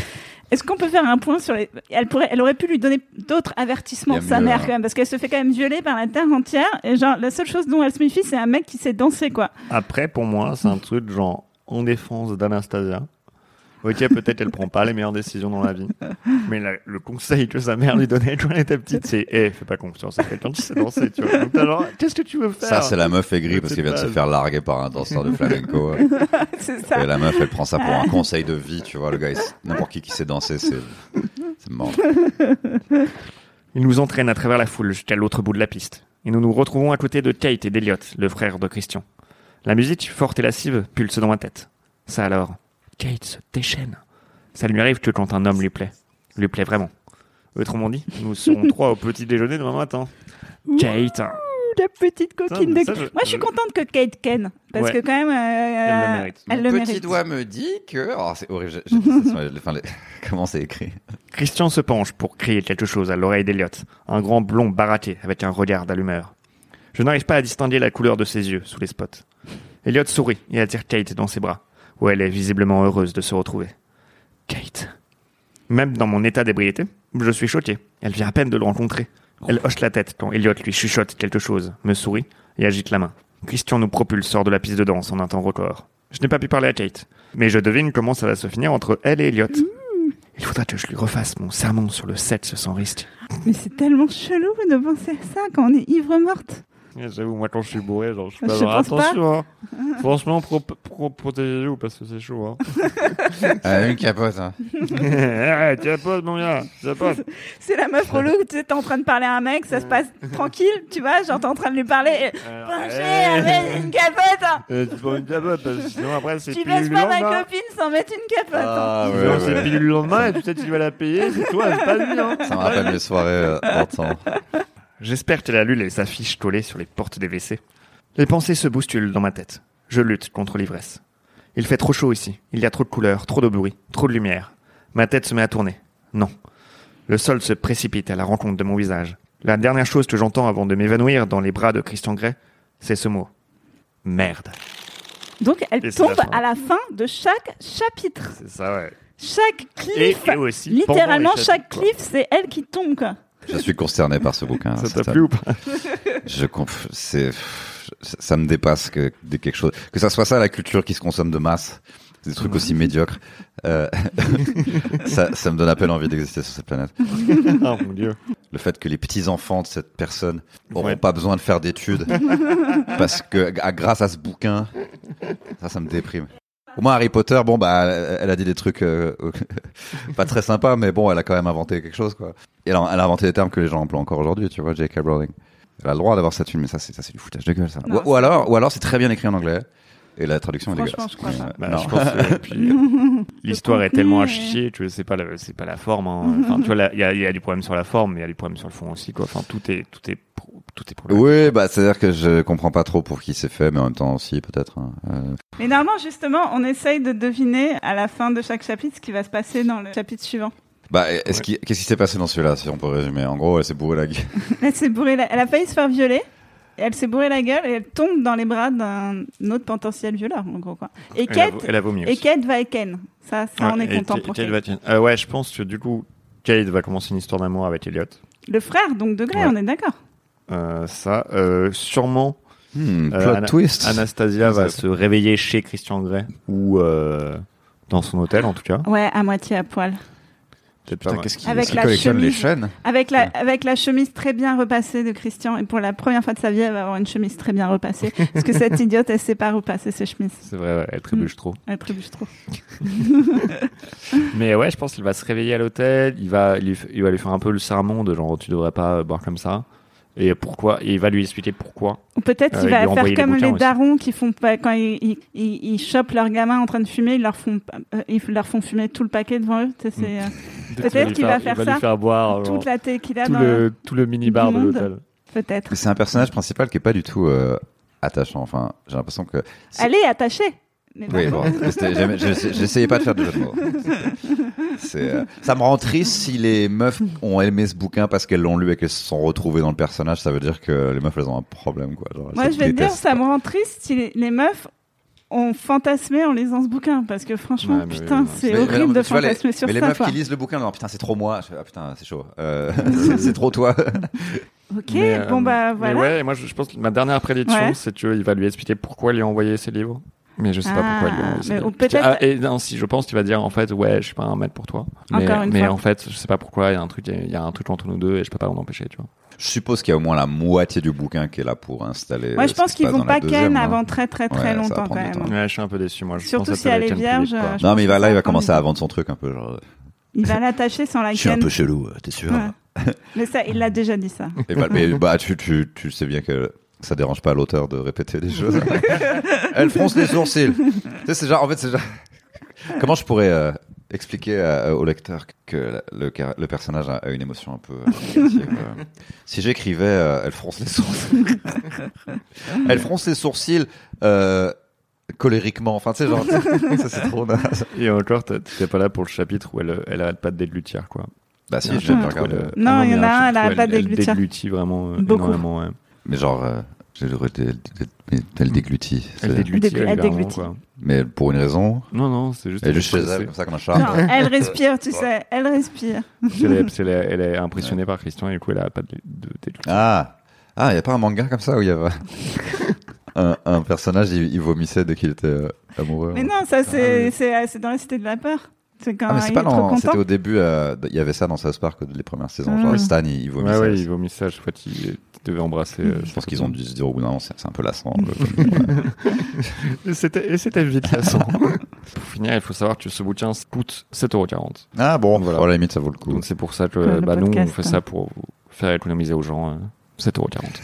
Est-ce qu'on peut faire un point sur les. Elle, pourrait... elle aurait pu lui donner d'autres avertissements,
Il y a
sa
mieux,
mère,
hein.
quand même, parce qu'elle se fait quand même violer par la terre entière. Et genre, la seule chose dont elle se méfie, c'est un mec qui sait danser, quoi.
Après, pour moi, c'est un truc genre en défense d'Anastasia. Ok, peut-être elle prend pas les meilleures décisions dans la vie, mais la- le conseil que sa mère lui donnait quand elle était petite, c'est Eh, fais pas confiance à quelqu'un qui sait danser, tu vois. Donc t'as genre, qu'est-ce que tu veux faire
Ça, c'est la meuf aigrie
Je
parce
sais
qu'elle vient de
pas.
se faire larguer par un danseur de flamenco.
(laughs) c'est ça.
Et la meuf, elle prend
(laughs)
ça pour un conseil de vie, tu vois. Le gars, il s- n'importe qui qui sait danser, c'est c'est mort.
Il nous entraîne à travers la foule jusqu'à l'autre bout de la piste, et nous nous retrouvons à côté de Kate et d'Eliott, le frère de Christian. La musique, forte et lascive, pulse dans ma tête. Ça alors, Kate se déchaîne. Ça ne lui arrive que quand un homme lui plaît. Lui plaît vraiment. Autrement dit, nous serons trois au petit déjeuner demain matin. Kate,
Ouh, La petite coquine
mais
de.
ça, je-
Moi, je suis contente que Kate ken. Parce
Ouais.
que, quand même. euh,
Elle le mérite.
Elle le
Mon petit
mérite.
doigt me dit que. Oh, c'est horrible. j'ai- j'ai (laughs) dit ça sur les- enfin, les- Comment c'est (laughs) écrit
Christian se penche pour crier quelque chose à l'oreille d'Eliott, un grand blond baraté avec un regard d'allumeur. Je n'arrive pas à distinguer la couleur de ses yeux sous les spots. Elliot sourit et attire Kate dans ses bras, où elle est visiblement heureuse de se retrouver. Kate. Même dans mon état d'ébriété, je suis choqué. Elle vient à peine de le rencontrer. Elle hoche la tête quand Elliot lui chuchote quelque chose, me sourit et agite la main. Christian nous propulse hors de la piste de danse en un temps record. Je n'ai pas pu parler à Kate, mais je devine comment ça va se finir entre elle et Elliot. Il faudra que je lui refasse mon sermon sur le sexe sans risque.
Mais c'est tellement chelou de penser à ça quand on est ivre morte.
Eh, J'avoue, moi quand je suis bourré, genre, je suis
(laughs) Je
pas genre,
pense pas.
attention, hein. franchement, pro- pro- protégez-vous parce que c'est
(laughs)
chaud. Hein.
Ah, Une capote. hein.
Eh, Capote, mon gars,
(laughs)
capote.
C'est la meuf relou où tu sais, t'es en train de parler à un mec, ça se passe tranquille, tu vois, genre t'es en train de lui parler. Et...
Alors,
Pinchez
(laughs) eh,
avec une capote hein.
euh, Tu prends une capote, parce que sinon après c'est
Tu
plus hein.
baisses
le
pas ma
lendemain.
copine sans mettre une capote hein.
Ah, ouais,
Sinon,
ouais.
C'est plus le lendemain et tu sais tu vas la payer, c'est toi, c'est pas lui. (laughs) Hein.
Ça me rappelle les soirées euh, d'antan.
J'espère qu'elle a lu les affiches collées sur les portes des WC. Les pensées se bousculent dans ma tête. Je lutte contre l'ivresse. Il fait trop chaud ici. Il y a trop de couleurs, trop de bruit, trop de lumière. Ma tête se met à tourner. Non. Le sol se précipite à la rencontre de mon visage. La dernière chose que j'entends avant de m'évanouir dans les bras de Christian Grey, c'est ce mot. Merde.
Donc elle
Et c'est
tombe
la fin.
à la fin de chaque chapitre.
C'est ça, ouais.
Chaque
Et,
cliff.
et aussi.
Littéralement,
pendant les
chaque
chapitres,
cliff, c'est elle qui tombe, quoi.
Je suis consterné par ce bouquin.
quoi.
Ah, c'est
Ça t'a plu ou pas
Je comp... c'est ça me dépasse que de quelque chose que ça soit ça la culture qui se consomme de masse des trucs aussi médiocres euh, (laughs) ça, ça me donne à peine envie d'exister sur cette planète
Ah mon dieu.
le fait que les petits enfants de cette personne auront
Ouais.
pas besoin de faire (laughs) d'études parce que à- grâce à ce bouquin ça ça me déprime Au moins, Harry Potter, bon, bah, elle a dit des trucs euh, (laughs) pas très sympas, mais bon, elle a quand même inventé quelque chose, quoi. Et elle a, elle a inventé des termes que les gens emploient encore aujourd'hui, tu vois, J.K. Rowling. Elle a le droit d'avoir cette film, mais ça, c'est ça, c'est du foutage de gueule, ça.
Non,
ou, ou alors, ou alors, c'est très bien écrit en anglais, et la traduction est
Franchement,
dégueulasse.
je crois pas.
Euh,
Bah,
non.
je pense, euh,
(laughs)
puis, euh, l'histoire est
contenu
tellement à
est-
chier, tu vois, c'est pas, la- c'est pas la forme.
(laughs)
hein. Enfin, tu vois, là, il y a, il y a du problème sur la forme, mais il y a du problème sur le fond aussi, quoi. Enfin, tout est, tout est, pro- tout est problématique.
Oui, bah, c'est-à-dire que je comprends pas trop pour qui c'est fait, mais en même temps aussi, peut-être. hein. Euh,
Mais normalement, justement, on essaye de deviner à la fin de chaque chapitre ce qui va se passer dans le chapitre suivant. (laughs)
Bah, est-ce qu'il- qu'est-ce qui s'est passé dans celui-là, si on peut résumer En gros, elle s'est bourrée la gueule.
Elle s'est bourrée la- elle a failli se faire violer. et Elle s'est bourrée la gueule et elle tombe dans les bras d'un autre potentiel violeur, en gros quoi. Et
Elle a,
Kate,
elle a vomi
et
aussi.
Kate va et Ken. Ça, ça on
Ouais,
est
et
content
Kate-
pour
Kate
Kate.
va tienne. Euh, ouais, je pense que du coup, Kate va commencer une histoire d'amour avec Elliot.
Le frère donc de Grey,
Ouais.
on est d'accord.
Euh, ça, euh, sûrement,
Hmm,
Euh,
plot
Anna-
twist.
Anastasia va
va
se réveiller chez Christian Grey ou euh, dans son hôtel en tout cas.
Ouais, à moitié à poil.
Peut-être
Putain,
pas.
qu'est-ce qui
Avec
qui
la
collectionne les
chemise.
chaînes
Avec la,
Ouais.
avec la chemise très bien repassée de Christian. Et pour la première fois de sa vie, elle va avoir une chemise très bien
(laughs)
repassée. parce que cette idiote, elle sait pas repasser ses chemises.
C'est vrai, ouais, elle trébuche trop.
Elle trébuche trop.
Mais ouais, je pense qu'il va se réveiller à l'hôtel, il va, lui, il va lui faire un peu le sermon de genre tu devrais pas euh, boire comme ça. Et pourquoi Et il va lui expliquer pourquoi.
Ou peut-être
Euh,
il
ils
va
lui ont
faire
envoyé les
comme
bouquins
les
aussi.
darons qui font pas quand ils, ils, ils- ils chopent leur gamin en train de fumer, ils leur font euh, ils leur font fumer tout le paquet devant eux. Tu sais,
Mm.
c'est, euh,
Il
Peut-être
lui
qu'il
faire-
va faire
il
ça.
lui faire
Oh,
boire genre,
toute la thé qu'il a
tout
dans le-
le, tout le mini-bar
du
de
monde.
l'hôtel.
peut-être.
Mais c'est un personnage principal qui est pas du tout euh, attachant. Enfin, j'ai l'impression que. C'est-
Elle est attachée. Mais
Oui,
par
bon,
contre-
mais c'était- j'aimais- je- j'essayais pas de faire de jeu de
(laughs)
mots. C'est, euh, ça me rend triste si les meufs ont aimé ce bouquin parce qu'elles l'ont lu et qu'elles se sont retrouvées dans le personnage. Ça veut dire que les meufs, elles ont un problème, quoi. Genre, elles
Moi,
se
je vais te dire,
détestent.
ça me rend triste si les, les meufs ont fantasmé en lisant ce bouquin. Parce que franchement,
Ouais, mais oui,
putain,
oui, non,
c'est
Mais- mais
horrible
non, mais
de
tu vois, les-
fantasmer sur
Mais les
ça.
meufs
quoi.
qui lisent le bouquin, non, putain, c'est trop moi. Je fais, Ah, putain, c'est chaud. Euh, (laughs) c'est- c'est trop toi.
Ok,
Mais, euh,
bon, bah
mais
voilà.
ouais, moi je, je pense que ma dernière prédiction,
Ouais.
c'est qu'il va lui expliquer pourquoi il lui a envoyé ses livres. Mais je sais pas
Ah,
pourquoi il lui a envoyé ses
mais
livres.
ou peut-être-
Ah, et non, si je pense qu'il va dire en fait, ouais, je suis pas un maître pour toi. Mais,
Encore une
mais
fois.
en fait, je sais pas pourquoi, il y a un truc, il y a un truc entre nous deux et je peux pas m'en empêcher, tu vois.
Je suppose qu'il y a au moins la moitié du bouquin qui est là pour installer.
Moi, je
ce qui
pense
se
qu'ils
passe
vont
euh, dans la
pas
deuxième,
ken
hein.
avant très très
Ouais,
très
ça va
longtemps quand
prendre du
même.
temps.
Ouais, je suis un peu déçu, moi. Je
Surtout
pensais
si
que ça
elle
allait
est
être une
vierge,
tulipe, quoi.
euh, je
Non,
pense
mais il
que
va,
ça
là, il
prendre
va
du
commencer à
temps. Ah,
vendre son truc un peu. Genre,
Il va l'attacher sans la
je suis un
ken.
peu chelou, euh, t'es sûr
Ouais. Mais ça, il l'a déjà dit ça.
Et bah, mais, bah, tu, tu, tu sais bien que ça dérange pas l'auteur de répéter des choses. Elle fronce les sourcils. Tu sais, c'est genre, en fait, c'est genre. Comment je pourrais euh, expliquer à- euh, au lecteur que la- le, car- le personnage a a une émotion un peu. euh, négative, euh, si j'écrivais, euh, elle fronce les sourcils. elle fronce les sourcils euh, colériquement. Enfin, tu sais, genre, ça c'est trop naze.
Et encore, t'es- t'es pas là pour le chapitre où elle, elle arrête pas de déglutir, quoi.
Bah, si,
Il y a un
je vais
chapitre où
regarder.
elle-
Non,
Ah
il y
mais
en a un, elle
chapitre où
arrête pas de
Elle
déglutir.
déglutit vraiment euh,
Beaucoup.
énormément, ouais.
Mais genre, euh, j'ai le droit de- de- de- de- elle déglutit.
Elle
c'est-
déglutit
Déglu- elle
régulièrement,
déglutit.
quoi.
Mais pour une raison.
Non, non, c'est juste.
Elle est juste chez
stressée.
elle, comme ça, comme un
Non,
chat.
elle respire, tu sais, elle respire.
Parce
(laughs)
qu'elle est- parce qu'elle est- elle est impressionnée par Christian et du coup, elle a pas de, de, de-
Ah, ah, y a pas un manga comme ça où il
(laughs)
y avait un, un personnage, il, il vomissait dès qu'il était euh, amoureux.
Mais non, ça, c'est c'est euh, c'est dans la cité de la peur. C'est quand
Ah, mais
il
c'est
est
pas
trop
dans. C'était
content.
au début, euh, il y avait ça dans South Park les premières saisons.
Ah.
Genre Stan, il, il
Ouais,
vomissait.
ouais, il vomit ça. Je crois qu'il devait embrasser. euh,
Je
sa
pense qu'ils ont
copine.
dû se dire au bout d'un moment, c'est c'est un peu lassant.
Mm.
le-
Et c'était et c'était vite lassant. Pour finir, il faut savoir que ce bouquin coûte 7,40€.
ah bon, voilà. à la limite, ça vaut le coup.
Donc c'est pour ça
Comme
que
le
bah, nous, on
podcast,
fait
hein.
ça pour vous faire économiser aux gens euh, 7,40€.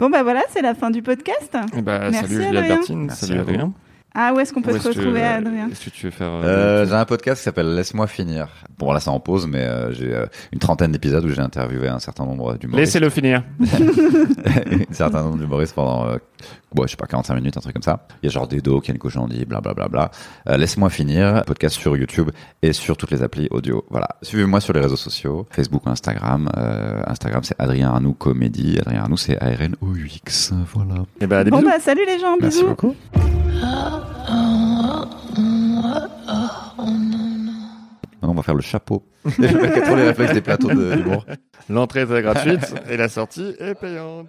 Bon, bah voilà, c'est la fin du podcast.
Et bah,
Merci,
salut
Adrien.
Albertine,
Merci
salut
à vous.
Adrien.
Ah, où est-ce qu'on peut
Où
se
est-ce que-
retrouver, Adrien
Est-ce que tu veux faire. euh,
Euh, j'ai un podcast qui s'appelle Laisse-moi finir. Bon, là, c'est en pause, mais euh, j'ai euh, une trentaine d'épisodes où j'ai interviewé un certain nombre
(laughs)
d'humoristes.
Laissez-le finir.
(laughs) un certain nombre d'humoristes pendant, euh, ouais, je sais pas, 45 minutes, un truc comme ça. Il y a genre Dedo, Ken Kojandi, blablabla. Bla, bla. Euh, Laisse-moi finir, podcast sur YouTube et sur toutes les applis audio. Voilà. Suivez-moi sur les réseaux sociaux, Facebook ou Instagram. Euh, Instagram, c'est Adrien Arnoux Comédie. Adrien Arnoux, c'est A-R-N-O-U-X. Voilà.
Et bah, des
Bon,
bisous.
bah salut les gens,
Merci
bisous.
beaucoup. Maintenant, on va faire le chapeau. (laughs) Je vais trop les réflexes des plateaux de l'humour.
(laughs) L'entrée est gratuite et la bah. sortie est payante.